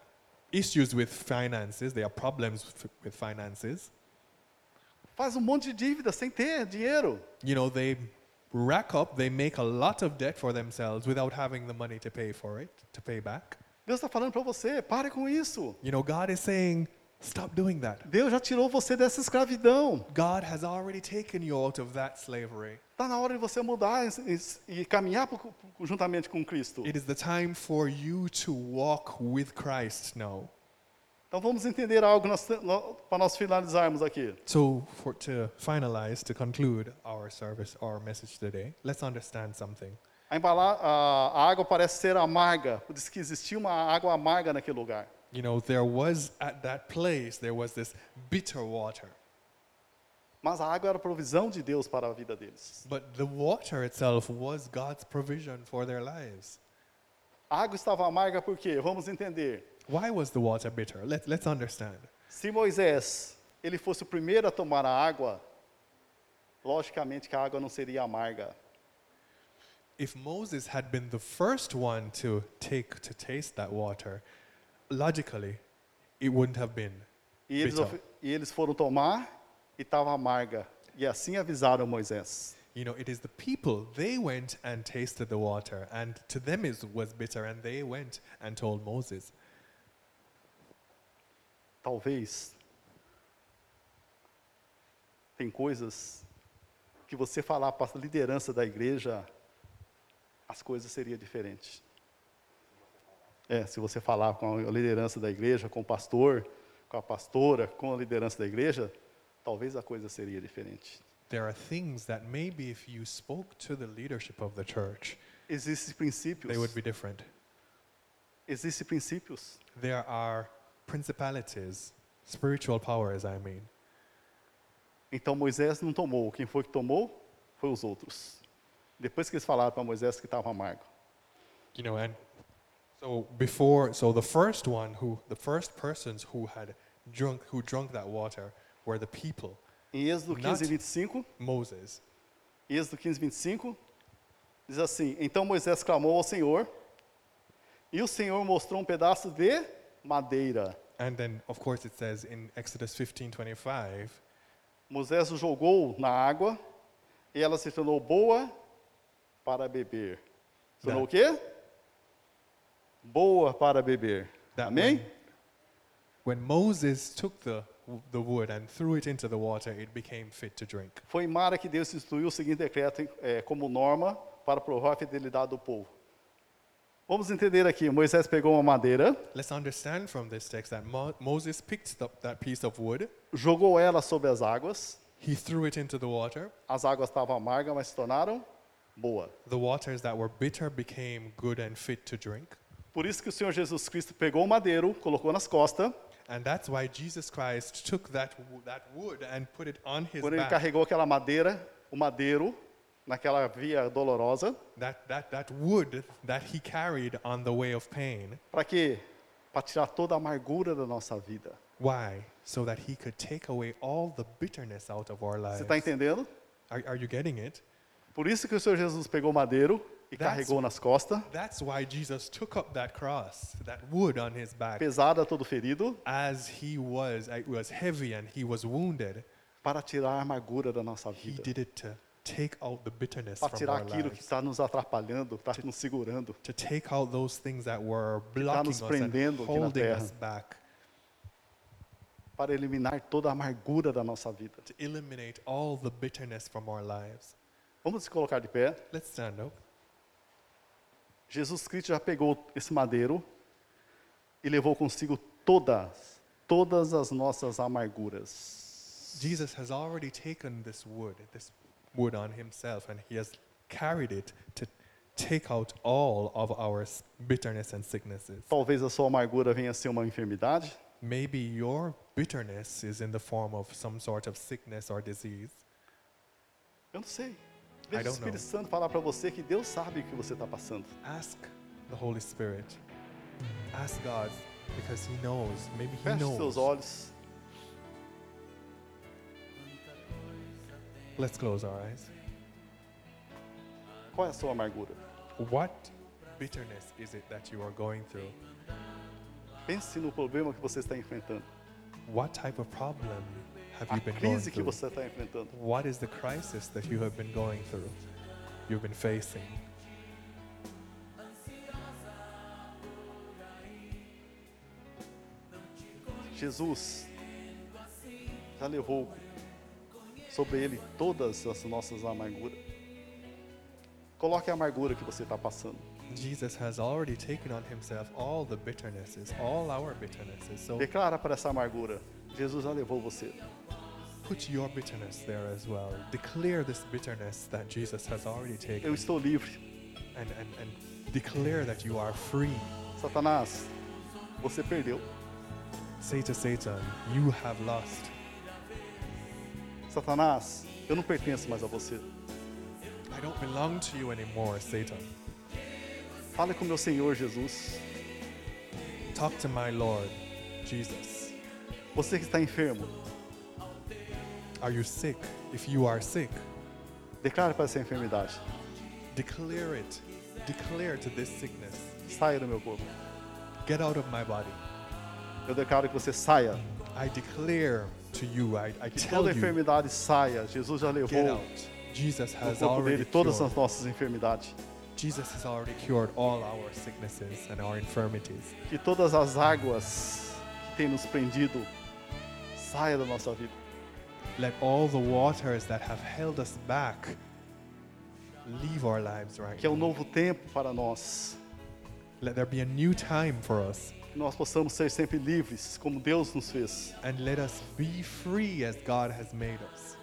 S1: issues with finances. There are problems f- with finances.
S2: Faz um monte de dívida sem ter dinheiro.
S1: you know, they rack up, they make a lot of debt for themselves without having the money to pay for it, to pay back.
S2: Deus está falando para você, pare com isso.
S1: You know, God is saying, stop doing that.
S2: Deus já tirou você dessa escravidão.
S1: God has already taken you out of that slavery.
S2: Está na hora de você mudar e, e- e caminhar pro- pro- juntamente com Cristo.
S1: It is the time for you to walk with Christ now.
S2: Então vamos entender algo para nós finalizarmos aqui.
S1: So, for, to finalize, to conclude our service, our message today, let's understand something.
S2: A, embala- a- a água parece ser amarga, por isso que existia uma água amarga naquele lugar.
S1: You know, there was at that place, there was this bitter water.
S2: Mas a água era a provisão de Deus para a vida deles.
S1: But the water itself was God's provision for their lives.
S2: A água estava amarga por quê? Vamos entender.
S1: Why was the water bitter? Let, let's understand.
S2: Se Moisés ele fosse o primeiro a tomar a água, logicamente que a água não seria amarga.
S1: If Moses had been the first one to take to taste that water, logically, it wouldn't have been.
S2: E eles,
S1: Bitter.
S2: of- e eles foram tomar e estava amarga. E assim avisaram Moisés.
S1: You know, it is the people, they went and tasted the water, and to them it was bitter, and they went and told Moses.
S2: Talvez tem coisas que você falar para a liderança da igreja, as coisas seriam diferentes. É, se você falar com a liderança da igreja, com o pastor, com a pastora, com a liderança da igreja, talvez a coisa seria diferente.
S1: There are things that maybe if you spoke to the leadership of the church,
S2: Existem
S1: they would
S2: princípios.
S1: be different.
S2: Existem princípios.
S1: There are principalities, spiritual powers, I mean.
S2: Então Moisés não tomou. Quem foi que tomou? Foi os outros. Depois que eles falaram para Moisés que estava amargo.
S1: you know and so before so the first one who the first persons who had drunk who drunk that water were the people
S2: Em Êxodo 15,
S1: Not-
S2: 25,
S1: moses
S2: Êxodo 15, 25, diz assim: Então Moisés clamou ao Senhor, e o Senhor mostrou um pedaço de madeira.
S1: and then of course it says in exodus 15 25
S2: Moisés o jogou na água, e ela se tornou boa para beber. Se tornou
S1: Não.
S2: o quê? Boa para beber.
S1: that
S2: Amém?
S1: when, when moses took the the wood and threw it into the water it became fit to drink
S2: Foi em Mara que Deus instituiu o seguinte decreto eh, como norma para provar a fidelidade do povo. Vamos entender aqui: Moisés pegou uma madeira,
S1: let's understand from this text that Mo- moses picked up that piece of wood
S2: jogou ela sobre as águas,
S1: he threw it into the water
S2: as águas estavam amargas, mas se tornaram boa.
S1: the waters that were bitter became good and fit to drink
S2: Por isso que o Senhor Jesus Cristo pegou o madeiro, colocou nas costas,
S1: And that's why Jesus Christ took that, wo- that wood and put it on his
S2: quando ele
S1: back.
S2: carregou aquela madeira, o madeiro, naquela via dolorosa,
S1: That, that, that wood that he carried on the way of pain.
S2: para quê? Para tirar toda a amargura da nossa vida.
S1: Why? So that he could take away all the bitterness out of our lives.
S2: Você está entendendo?
S1: Are, are you getting it?
S2: Por isso que o Senhor Jesus pegou o madeiro e
S1: That's-
S2: carregou nas costas,
S1: That's why Jesus took up that cross, that wood on his back.
S2: pesada, todo ferido,
S1: As he was, it was heavy and he was wounded.
S2: para tirar a amargura da nossa
S1: He
S2: vida.
S1: did it to take out the bitterness
S2: Para
S1: from
S2: tirar
S1: our
S2: aquilo
S1: lives.
S2: que está nos atrapalhando, que está nos segurando.
S1: To take out those things that were blocking us
S2: nos
S1: and
S2: prendendo aqui na
S1: holding
S2: terra.
S1: us back.
S2: para eliminar toda a amargura da nossa vida.
S1: To eliminate all the bitterness from our lives.
S2: Vamos se colocar de pé.
S1: Let's stand up.
S2: Jesus Cristo já pegou esse madeiro e levou consigo todas, todas as nossas amarguras.
S1: Jesus has already taken this wood, this wood on himself, and he has carried it to take out all of our s- bitterness and sicknesses.
S2: Talvez a sua amargura venha a ser uma enfermidade,
S1: Maybe your bitterness is in the form of some sort of sickness or disease.
S2: eu não sei. Deixa
S1: don't
S2: o
S1: know.
S2: Espírito Santo falar para você que Deus sabe o que você está passando.
S1: Ask the Holy Spirit. Ask God because he knows. Maybe he
S2: Feche os
S1: knows.
S2: seus olhos.
S1: Let's close our eyes.
S2: Qual é a sua amargura?
S1: What bitterness is it that you are going through?
S2: Pense no problema que você está enfrentando,
S1: What type of problem have
S2: a
S1: you been going
S2: crise que
S1: through?
S2: você está enfrentando.
S1: What is the crisis that you have been going through? You've been facing.
S2: Jesus já levou sobre ele todas as nossas amarguras. Coloque a amargura que você está passando.
S1: Jesus has already taken on himself all the bitternesses, all our bitternesses. So
S2: Declara para essa amargura: Jesus já levou você.
S1: put your bitterness there as well. Declare this bitterness that Jesus has already taken
S2: Eu estou livre.
S1: and, and, and declare that you are free.
S2: Satanás, você perdeu.
S1: Say to Satan, You have lost.
S2: Satanás, eu não pertenço mais a você.
S1: I don't belong to you anymore, Satan.
S2: Fale com meu Senhor Jesus.
S1: Talk to my Lord, Jesus.
S2: Você que está enfermo,
S1: Are you sick? If you are sick,
S2: declare para essa enfermidade:
S1: declare it. Declare to this sickness.
S2: saia do meu corpo.
S1: Get out of my body.
S2: Eu declaro que você saia.
S1: I declare to you, I, I
S2: Que
S1: tell
S2: toda
S1: you,
S2: enfermidade saia. Jesus já
S1: get
S2: levou.
S1: out. Jesus
S2: no
S1: has
S2: corpo um dele
S1: already
S2: todas as
S1: cured.
S2: nossas enfermidades,
S1: Jesus has already cured all our sicknesses and our infirmities.
S2: que todas as águas que tem nos prendido saia da nossa vida.
S1: Let all the waters that have held us back leave our lives right
S2: Que é um
S1: now.
S2: novo tempo para nós,
S1: Let there be a new time for us,
S2: que nós possamos ser sempre livres, como Deus nos fez.
S1: and let us be free as God has made us.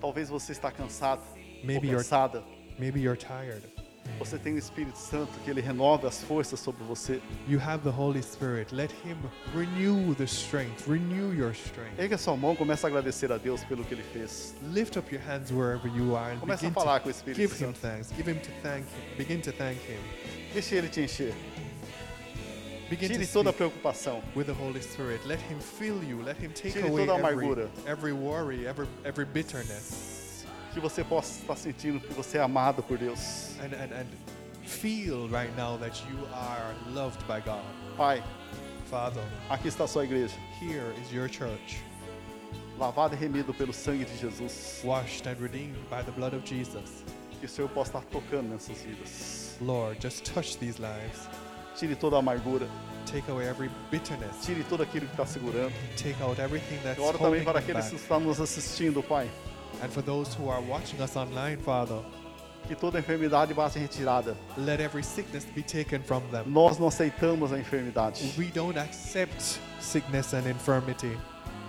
S2: Talvez você está cansado,
S1: Maybe
S2: ou
S1: you're-
S2: cansada.
S1: Maybe you're tired.
S2: Você tem o Espírito Santo que ele renova as forças sobre você.
S1: You have the Holy Spirit. Let Him renew the strength, renew your strength.
S2: Erga sua mão, começa a agradecer a Deus pelo que ele fez.
S1: Lift up your hands wherever you are and
S2: Começa a
S1: begin
S2: falar com o
S1: to
S2: Espírito
S1: give him
S2: Santo.
S1: thanks. Give him to thank him. Begin to thank him.
S2: Deixe ele te encher.
S1: Begin to
S2: Tire toda a
S1: speak
S2: preocupação.
S1: with the Holy Spirit. Let him fill you. Let him take
S2: Tire
S1: away
S2: toda a
S1: every,
S2: amargura.
S1: every worry, every, every bitterness,
S2: Que você possa estar sentindo que você é amado por Deus.
S1: and, and, and feel right now that you are loved by God.
S2: Pai,
S1: Father,
S2: aqui está a sua igreja.
S1: here is your church,
S2: lavado e remido pelo sangue de Jesus.
S1: washed and redeemed by the blood of Jesus.
S2: Que o Senhor possa estar tocando nessas vidas.
S1: Lord, just touch these lives.
S2: Tire toda a amargura,
S1: Take away every bitterness.
S2: tire tudo aquilo que está segurando.
S1: Take out everything that's
S2: Eu oro também
S1: holding
S2: para
S1: them
S2: aqueles
S1: back.
S2: que estão nos assistindo, Pai,
S1: And for those who are watching us online, Father,
S2: que toda enfermidade vá ser retirada.
S1: let every sickness be taken from them.
S2: Nós não aceitamos a enfermidade.
S1: We don't accept sickness and infirmity.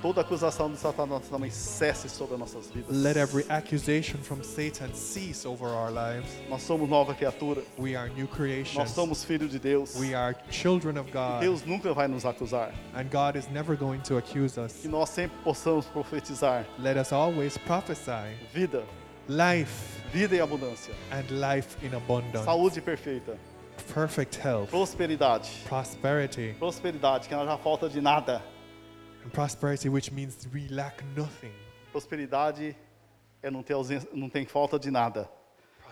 S2: Toda acusação de Satanás também cesse sobre nossas vidas.
S1: Let every accusation from Satan cease over our lives.
S2: Nós somos nova criatura.
S1: We are new
S2: Nós
S1: creations.
S2: somos filhos de Deus.
S1: We are children of God.
S2: Deus nunca vai nos acusar.
S1: And God is never going to accuse us.
S2: Que nós sempre possamos profetizar
S1: Let us always prophesy
S2: vida,
S1: life
S2: vida em abundância,
S1: and life in abundance,
S2: saúde perfeita,
S1: perfect health,
S2: prosperidade.
S1: prosperity,
S2: Prosperidade, que não há falta de nada.
S1: and prosperity, which means we lack nothing.
S2: Prosperidade é não ter, ausência, não ter falta de nada.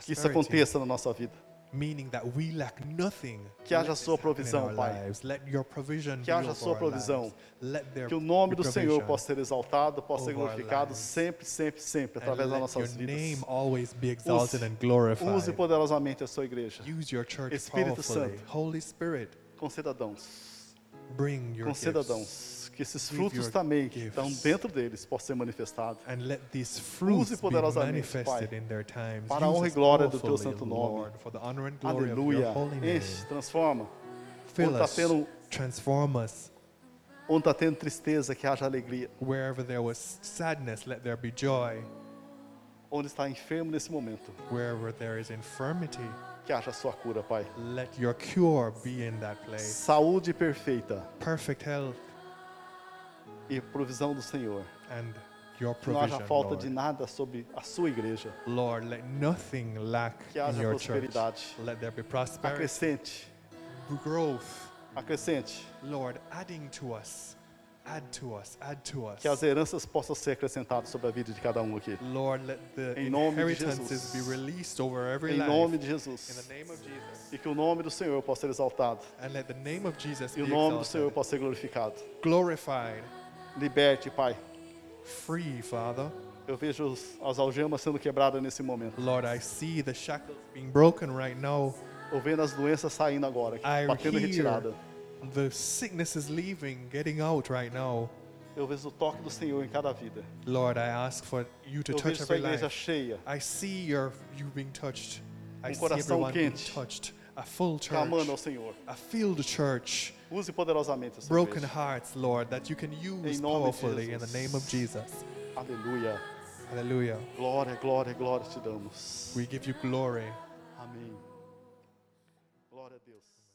S2: Que isso
S1: Prosperity,
S2: aconteça na nossa vida.
S1: meaning that we lack nothing.
S2: Que haja sua
S1: happen in our
S2: provisão, Pai.
S1: lives. Let your provision
S2: Que
S1: be
S2: haja
S1: over
S2: sua
S1: our
S2: provisão.
S1: lives. Let there
S2: Que o nome
S1: be
S2: do Senhor
S1: provision.
S2: possa ser exaltado, possa ser
S1: over our
S2: glorificado
S1: lives.
S2: sempre, sempre, sempre,
S1: And
S2: através das
S1: let your
S2: nossas vidas.
S1: name always be exalted and
S2: Use
S1: glorified.
S2: poderosamente a sua igreja.
S1: Use your church
S2: Espírito
S1: powerfully.
S2: Santo.
S1: Holy Spirit,
S2: Com cidadãos,
S1: bring your
S2: com
S1: gifts
S2: cidadãos, que esses
S1: Give
S2: frutos
S1: your
S2: também que
S1: gifts.
S2: estão dentro deles possam ser manifestados.
S1: and let these fruits be
S2: poderosamente,
S1: manifested
S2: Pai,
S1: in their times.
S2: para a
S1: Use
S2: honra e
S1: us
S2: glória do teu
S1: powerfully,
S2: santo nome.
S1: Lord, for the honor and glory of
S2: Aleluia.
S1: your holy name.
S2: Enche, transforma.
S1: Fill
S2: Onde tá
S1: us,
S2: tendo-
S1: transform us.
S2: Onde está tendo tristeza, que haja alegria.
S1: Wherever there was sadness, let there be joy.
S2: Onde está enfermo nesse momento,
S1: Wherever there is infirmity,
S2: que haja sua cura, Pai.
S1: let your cure be in that place.
S2: Saúde perfeita
S1: Perfect health
S2: e provisão do Senhor.
S1: and your
S2: Que não
S1: provision,
S2: haja falta
S1: Lord.
S2: de nada sobre a sua igreja.
S1: Lord, let nothing lack
S2: Que
S1: in
S2: haja
S1: your church.
S2: prosperidade.
S1: Let there be prosperity,
S2: Acrescente,
S1: growth.
S2: acrescente.
S1: Lord, adding to us, add to us, add to us.
S2: Que as heranças possam ser acrescentadas sobre a vida de cada um aqui.
S1: Lord, let the
S2: Em nome de
S1: inheritances
S2: Jesus.
S1: be released over every
S2: Em
S1: life.
S2: nome de
S1: In
S2: Jesus.
S1: the name of Jesus.
S2: E que o nome do Senhor possa ser exaltado.
S1: And let the name of Jesus be
S2: E o nome do
S1: exalted,
S2: Senhor possa ser glorificado.
S1: glorified,
S2: Liberte, Pai.
S1: free, Father.
S2: Eu vejo os- as algemas sendo quebradas nesse momento.
S1: Lord, I see the shackles being broken right now.
S2: Eu vendo as doenças saindo agora,
S1: I
S2: batendo retirada.
S1: hear the sickness is leaving, getting out right now.
S2: Eu vejo o toque do Senhor em cada vida.
S1: Lord, I ask for you to
S2: Eu
S1: touch
S2: vejo sua
S1: every
S2: igreja
S1: life.
S2: cheia,
S1: I see your you being touched. I
S2: Um
S1: see
S2: coração
S1: everyone being
S2: quente.
S1: touched. A full church.
S2: clamando ao Senhor.
S1: A filled church.
S2: Use poderosamente essa
S1: Broken
S2: igreja.
S1: hearts, Lord, that you can use
S2: Em nome de
S1: powerfully in the name of Jesus.
S2: Aleluia.
S1: Hallelujah.
S2: Glória, glória, glória te damos.
S1: We give you glory.
S2: Amém. Glória a Deus.